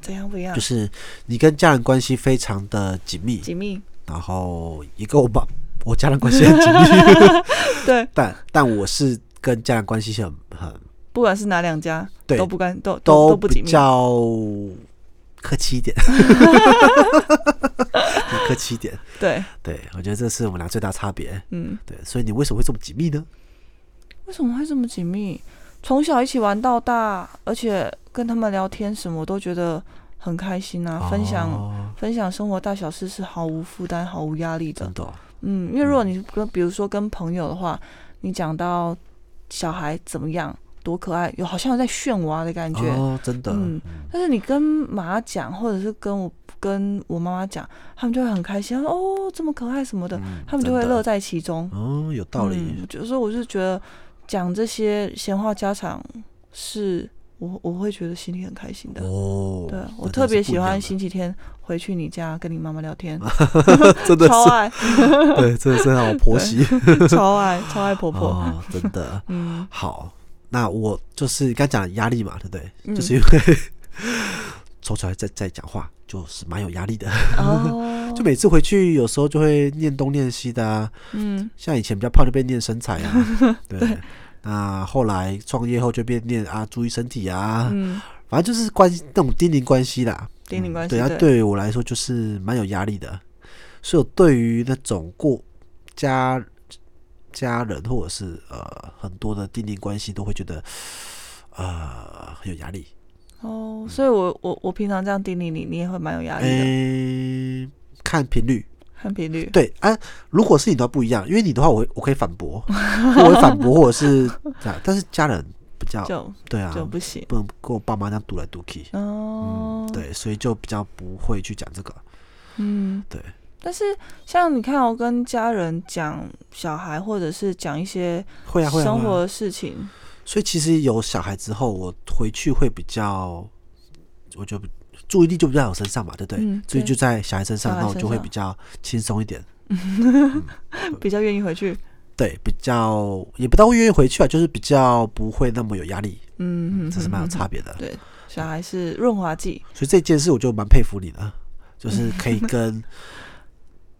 [SPEAKER 3] 怎样不一样
[SPEAKER 2] 就？是你跟家人关系非常的紧密，
[SPEAKER 3] 紧密，
[SPEAKER 2] 然后也跟我爸我家人关系很紧密，
[SPEAKER 3] 对，
[SPEAKER 2] 但但我是跟家人关系很很
[SPEAKER 3] 不管是哪两家，
[SPEAKER 2] 对
[SPEAKER 3] 都不干都都
[SPEAKER 2] 都
[SPEAKER 3] 都不
[SPEAKER 2] 比
[SPEAKER 3] 紧密。
[SPEAKER 2] 较客气一点， 客气一点。
[SPEAKER 3] 对，
[SPEAKER 2] 对，我觉得这是我们俩最大差别。
[SPEAKER 3] 嗯，
[SPEAKER 2] 对，所以你为什么会这么紧密呢？
[SPEAKER 3] 为什么会这么紧密？从小一起玩到大，而且跟他们聊天什么，我都觉得很开心啊。分享
[SPEAKER 2] 哦
[SPEAKER 3] 分享生活大小事是毫无负担、毫无压力的
[SPEAKER 2] 真。的哦
[SPEAKER 3] 嗯，因为如果你跟比如说跟朋友的话，你讲到小孩怎么样，多可爱，有好像有在炫娃的感觉。
[SPEAKER 2] 哦，真的，
[SPEAKER 3] 嗯但是你跟妈讲，或者是跟我跟我妈妈讲，他们就会很开心，哦，这么可爱什么的，
[SPEAKER 2] 嗯
[SPEAKER 3] 他们就会
[SPEAKER 2] 真的
[SPEAKER 3] 乐在其中。
[SPEAKER 2] 哦，有道理。
[SPEAKER 3] 嗯，就是我是觉得讲这些闲话家常是我我会觉得心里很开心的。
[SPEAKER 2] 哦，
[SPEAKER 3] 嗯对啊我
[SPEAKER 2] 那真
[SPEAKER 3] 特
[SPEAKER 2] 是
[SPEAKER 3] 别
[SPEAKER 2] 不
[SPEAKER 3] 喜
[SPEAKER 2] 一
[SPEAKER 3] 欢
[SPEAKER 2] 样
[SPEAKER 3] 星期天回去你家跟你妈妈聊 天，
[SPEAKER 2] 的， 真的
[SPEAKER 3] 超啊
[SPEAKER 2] 是，
[SPEAKER 3] 爱
[SPEAKER 2] 对，真的是让我婆 媳，
[SPEAKER 3] 超爱超爱婆婆。
[SPEAKER 2] 哦，真的
[SPEAKER 3] 嗯
[SPEAKER 2] 好。那我就是刚讲压力嘛，对不对？
[SPEAKER 3] 嗯
[SPEAKER 2] 就是因为 抽出来再再讲话，就是蛮有压力的。
[SPEAKER 3] 哦，
[SPEAKER 2] 就每次回去，有时候就会念东念西的啊。
[SPEAKER 3] 嗯
[SPEAKER 2] 像以前比较胖，就被念身材 啊。对，那后来创业后就变念啊，注意身体 啊。
[SPEAKER 3] 嗯，
[SPEAKER 2] 反正就是关系那种叮咛关系啦，
[SPEAKER 3] 邻里关系
[SPEAKER 2] 对啊，对于我来说就是蛮有压力的，所以我对于那种过家家人或者是呃很多的叮咛关系，都会觉得呃很有压力。
[SPEAKER 3] 哦，所以我我我平常这样叮咛你，你也会蛮有压力
[SPEAKER 2] 哎
[SPEAKER 3] 的，
[SPEAKER 2] 诶、看频率，
[SPEAKER 3] 看频率。
[SPEAKER 2] 对啊，如果是你的话不一样，因为你的话我会我可以反驳， 我会反驳或者是这样，但是家人比较
[SPEAKER 3] 就
[SPEAKER 2] 对啊，
[SPEAKER 3] 就不行
[SPEAKER 2] 不能跟我爸妈这样赌来赌去。
[SPEAKER 3] 哦
[SPEAKER 2] 嗯，，，对，所以就比较不会去讲这个。
[SPEAKER 3] 嗯，
[SPEAKER 2] 对。
[SPEAKER 3] 但是像你看，我哦跟家人讲小孩，或者是讲一些
[SPEAKER 2] 会啊，会啊，
[SPEAKER 3] 生
[SPEAKER 2] 会啊
[SPEAKER 3] 活的事情，
[SPEAKER 2] 所以其实有小孩之后，我回去会比较，我就注意力就比较在我身上嘛，对不对？
[SPEAKER 3] 嗯
[SPEAKER 2] 所以
[SPEAKER 3] 对
[SPEAKER 2] 就在小孩身上，
[SPEAKER 3] 小孩
[SPEAKER 2] 那我
[SPEAKER 3] 身
[SPEAKER 2] 就会
[SPEAKER 3] 上
[SPEAKER 2] 比较轻松一点，
[SPEAKER 3] 比较愿意回去。
[SPEAKER 2] 对，比较也不到愿意回去啊，就是比较不会那么有压力，
[SPEAKER 3] 嗯，
[SPEAKER 2] 这是蛮有差别的。
[SPEAKER 3] 对，小孩是润滑剂，
[SPEAKER 2] 所以这件事我就蛮佩服你的，就是可
[SPEAKER 3] 嗯
[SPEAKER 2] 以跟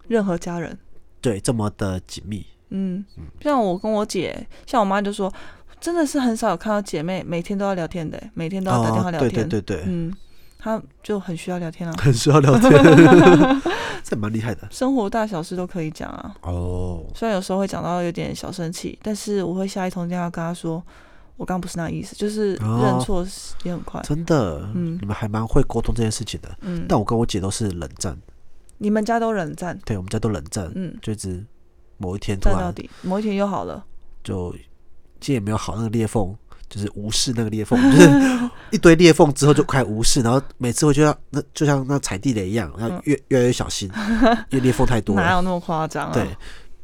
[SPEAKER 3] 任何家人。
[SPEAKER 2] 对这么的紧密，
[SPEAKER 3] 嗯，像我跟我姐，像我妈就说，真的是很少有看到姐妹每天都要聊天的，欸每天都要打电话
[SPEAKER 2] 哦，
[SPEAKER 3] 聊
[SPEAKER 2] 对
[SPEAKER 3] 天。
[SPEAKER 2] 对对对，
[SPEAKER 3] 嗯，她就很需要聊天啊，
[SPEAKER 2] 很需要 聊天， 这蛮厉害的
[SPEAKER 3] 生活大小事都可以讲啊。
[SPEAKER 2] 哦。
[SPEAKER 3] 虽然有时候会讲到有点小生气，但是我会下一通电话跟她说，我刚不是那意思，就是
[SPEAKER 2] 哦
[SPEAKER 3] 认错是也很快。
[SPEAKER 2] 真的，
[SPEAKER 3] 嗯
[SPEAKER 2] 你们还蛮会沟通这件事情的。
[SPEAKER 3] 嗯，
[SPEAKER 2] 但我跟我姐都是冷战，
[SPEAKER 3] 你们家都冷战，
[SPEAKER 2] 对我们家都冷战，
[SPEAKER 3] 嗯，
[SPEAKER 2] 就一直某一天突
[SPEAKER 3] 战到
[SPEAKER 2] 然
[SPEAKER 3] 底，某一天又好了。
[SPEAKER 2] 就其实也没有好那个裂缝，就是无视那个裂缝， 就是一堆裂缝之后就开始无视，然后每次我就要那就像那踩地雷一样，要
[SPEAKER 3] 嗯
[SPEAKER 2] 越越来越小 心，因为裂缝太多
[SPEAKER 3] 哪
[SPEAKER 2] 了。
[SPEAKER 3] 有那么夸张啊？
[SPEAKER 2] 对，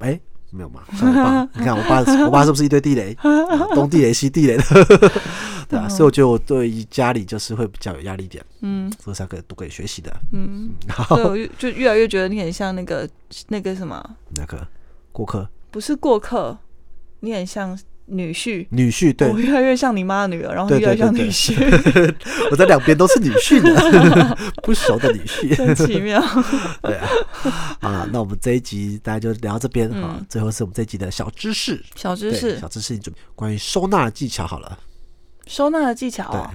[SPEAKER 2] 哎、没有嘛，像我爸，你看我爸，我爸是不是一堆地 雷，嗯东地雷西地雷的？ 对啊，所以我觉得我对于家里就是会比较有压力一点，
[SPEAKER 3] 嗯
[SPEAKER 2] 这是要可以都可以学习的。
[SPEAKER 3] 嗯，
[SPEAKER 2] 然
[SPEAKER 3] 所以
[SPEAKER 2] 后
[SPEAKER 3] 我就就越来越觉得你很像那个那个什么，
[SPEAKER 2] 那个顾客
[SPEAKER 3] 不是过客，你很像女婿。
[SPEAKER 2] 女婿，对
[SPEAKER 3] 我越来越像你妈的女儿，然后
[SPEAKER 2] 对
[SPEAKER 3] 越来越
[SPEAKER 2] 对
[SPEAKER 3] 像
[SPEAKER 2] 对
[SPEAKER 3] 女婿，
[SPEAKER 2] 我在两边都是女婿的， 不熟的女 婿。
[SPEAKER 3] 真 奇妙。
[SPEAKER 2] 对啊，好了，那我们这一集大家就聊到这边哈、
[SPEAKER 3] 嗯
[SPEAKER 2] 最后是我们这一集的小知识，
[SPEAKER 3] 小知
[SPEAKER 2] 对
[SPEAKER 3] 识
[SPEAKER 2] 小，知识，你准备关于收纳的技巧好了。
[SPEAKER 3] 收纳的技巧
[SPEAKER 2] 对
[SPEAKER 3] 哦，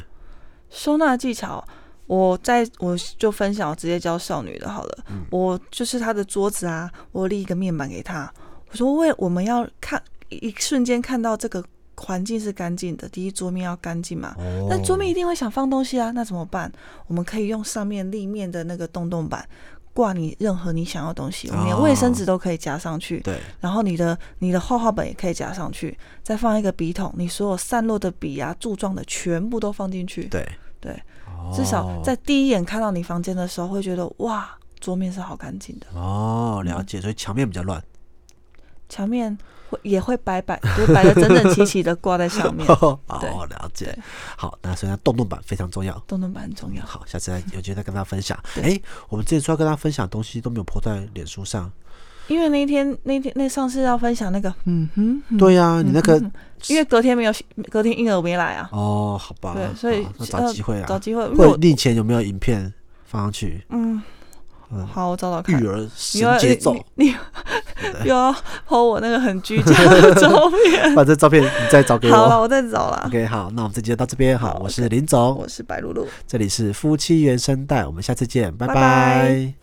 [SPEAKER 3] 收纳的技巧，我在我就分享，我直接教少女的好了。
[SPEAKER 2] 嗯
[SPEAKER 3] 我就是她的桌子啊，我立一个面板给她，我说为我们要看一一瞬间看到这个环境是干净的，第一桌面要干净嘛。
[SPEAKER 2] 哦
[SPEAKER 3] 那桌面一定会想放东西啊，那怎么办？我们可以用上面立面的那个洞洞板挂你任何你想要的东西，我们连卫生纸都可以夹上去。
[SPEAKER 2] 啊对，
[SPEAKER 3] 然后你的你的画画本也可以夹上去，再放一个笔筒，你所有散落的笔啊、柱状的全部都放进去。
[SPEAKER 2] 对哦
[SPEAKER 3] 对至少在第一眼看到你房间的时候，会觉得哇，桌面是好干净的，
[SPEAKER 2] 哦了解，所以墙面比较乱，
[SPEAKER 3] 墙面会也会摆摆，就是摆的整整齐齐的挂在上 面。
[SPEAKER 2] 哦
[SPEAKER 3] 对
[SPEAKER 2] 了解
[SPEAKER 3] 对。
[SPEAKER 2] 好，那所以它动动板非常重要。
[SPEAKER 3] 动动板很重要，
[SPEAKER 2] 好，下次再有机会再跟大家分享。
[SPEAKER 3] 对
[SPEAKER 2] 哎，我们之前说要跟大家分享的东西都没有 po 在脸书上。
[SPEAKER 3] 因为那一天那天那上次要分享那个，嗯哼，嗯
[SPEAKER 2] 对呀、啊你那个、
[SPEAKER 3] 因为隔天没有隔天婴儿没来啊，
[SPEAKER 2] 哦，好吧，
[SPEAKER 3] 对所以
[SPEAKER 2] 好那
[SPEAKER 3] 要
[SPEAKER 2] 找机会啊，
[SPEAKER 3] 找机会，因为
[SPEAKER 2] 或者
[SPEAKER 3] 我
[SPEAKER 2] 你以前有没有影片放上去？
[SPEAKER 3] 嗯，好，我找找看
[SPEAKER 2] 育。儿
[SPEAKER 3] 你
[SPEAKER 2] 神
[SPEAKER 3] 要
[SPEAKER 2] 节奏。
[SPEAKER 3] 你你又要剖我那个很居家的照 片。
[SPEAKER 2] 把这照片你再找给
[SPEAKER 3] 好了，
[SPEAKER 2] 我。
[SPEAKER 3] 我再找啦。
[SPEAKER 2] OK，好，那我们这集就到这边。好，
[SPEAKER 3] 好
[SPEAKER 2] 我是林总，
[SPEAKER 3] 我是白露露。
[SPEAKER 2] 这里是夫妻原声带，我们下次见，拜
[SPEAKER 3] 拜拜
[SPEAKER 2] 拜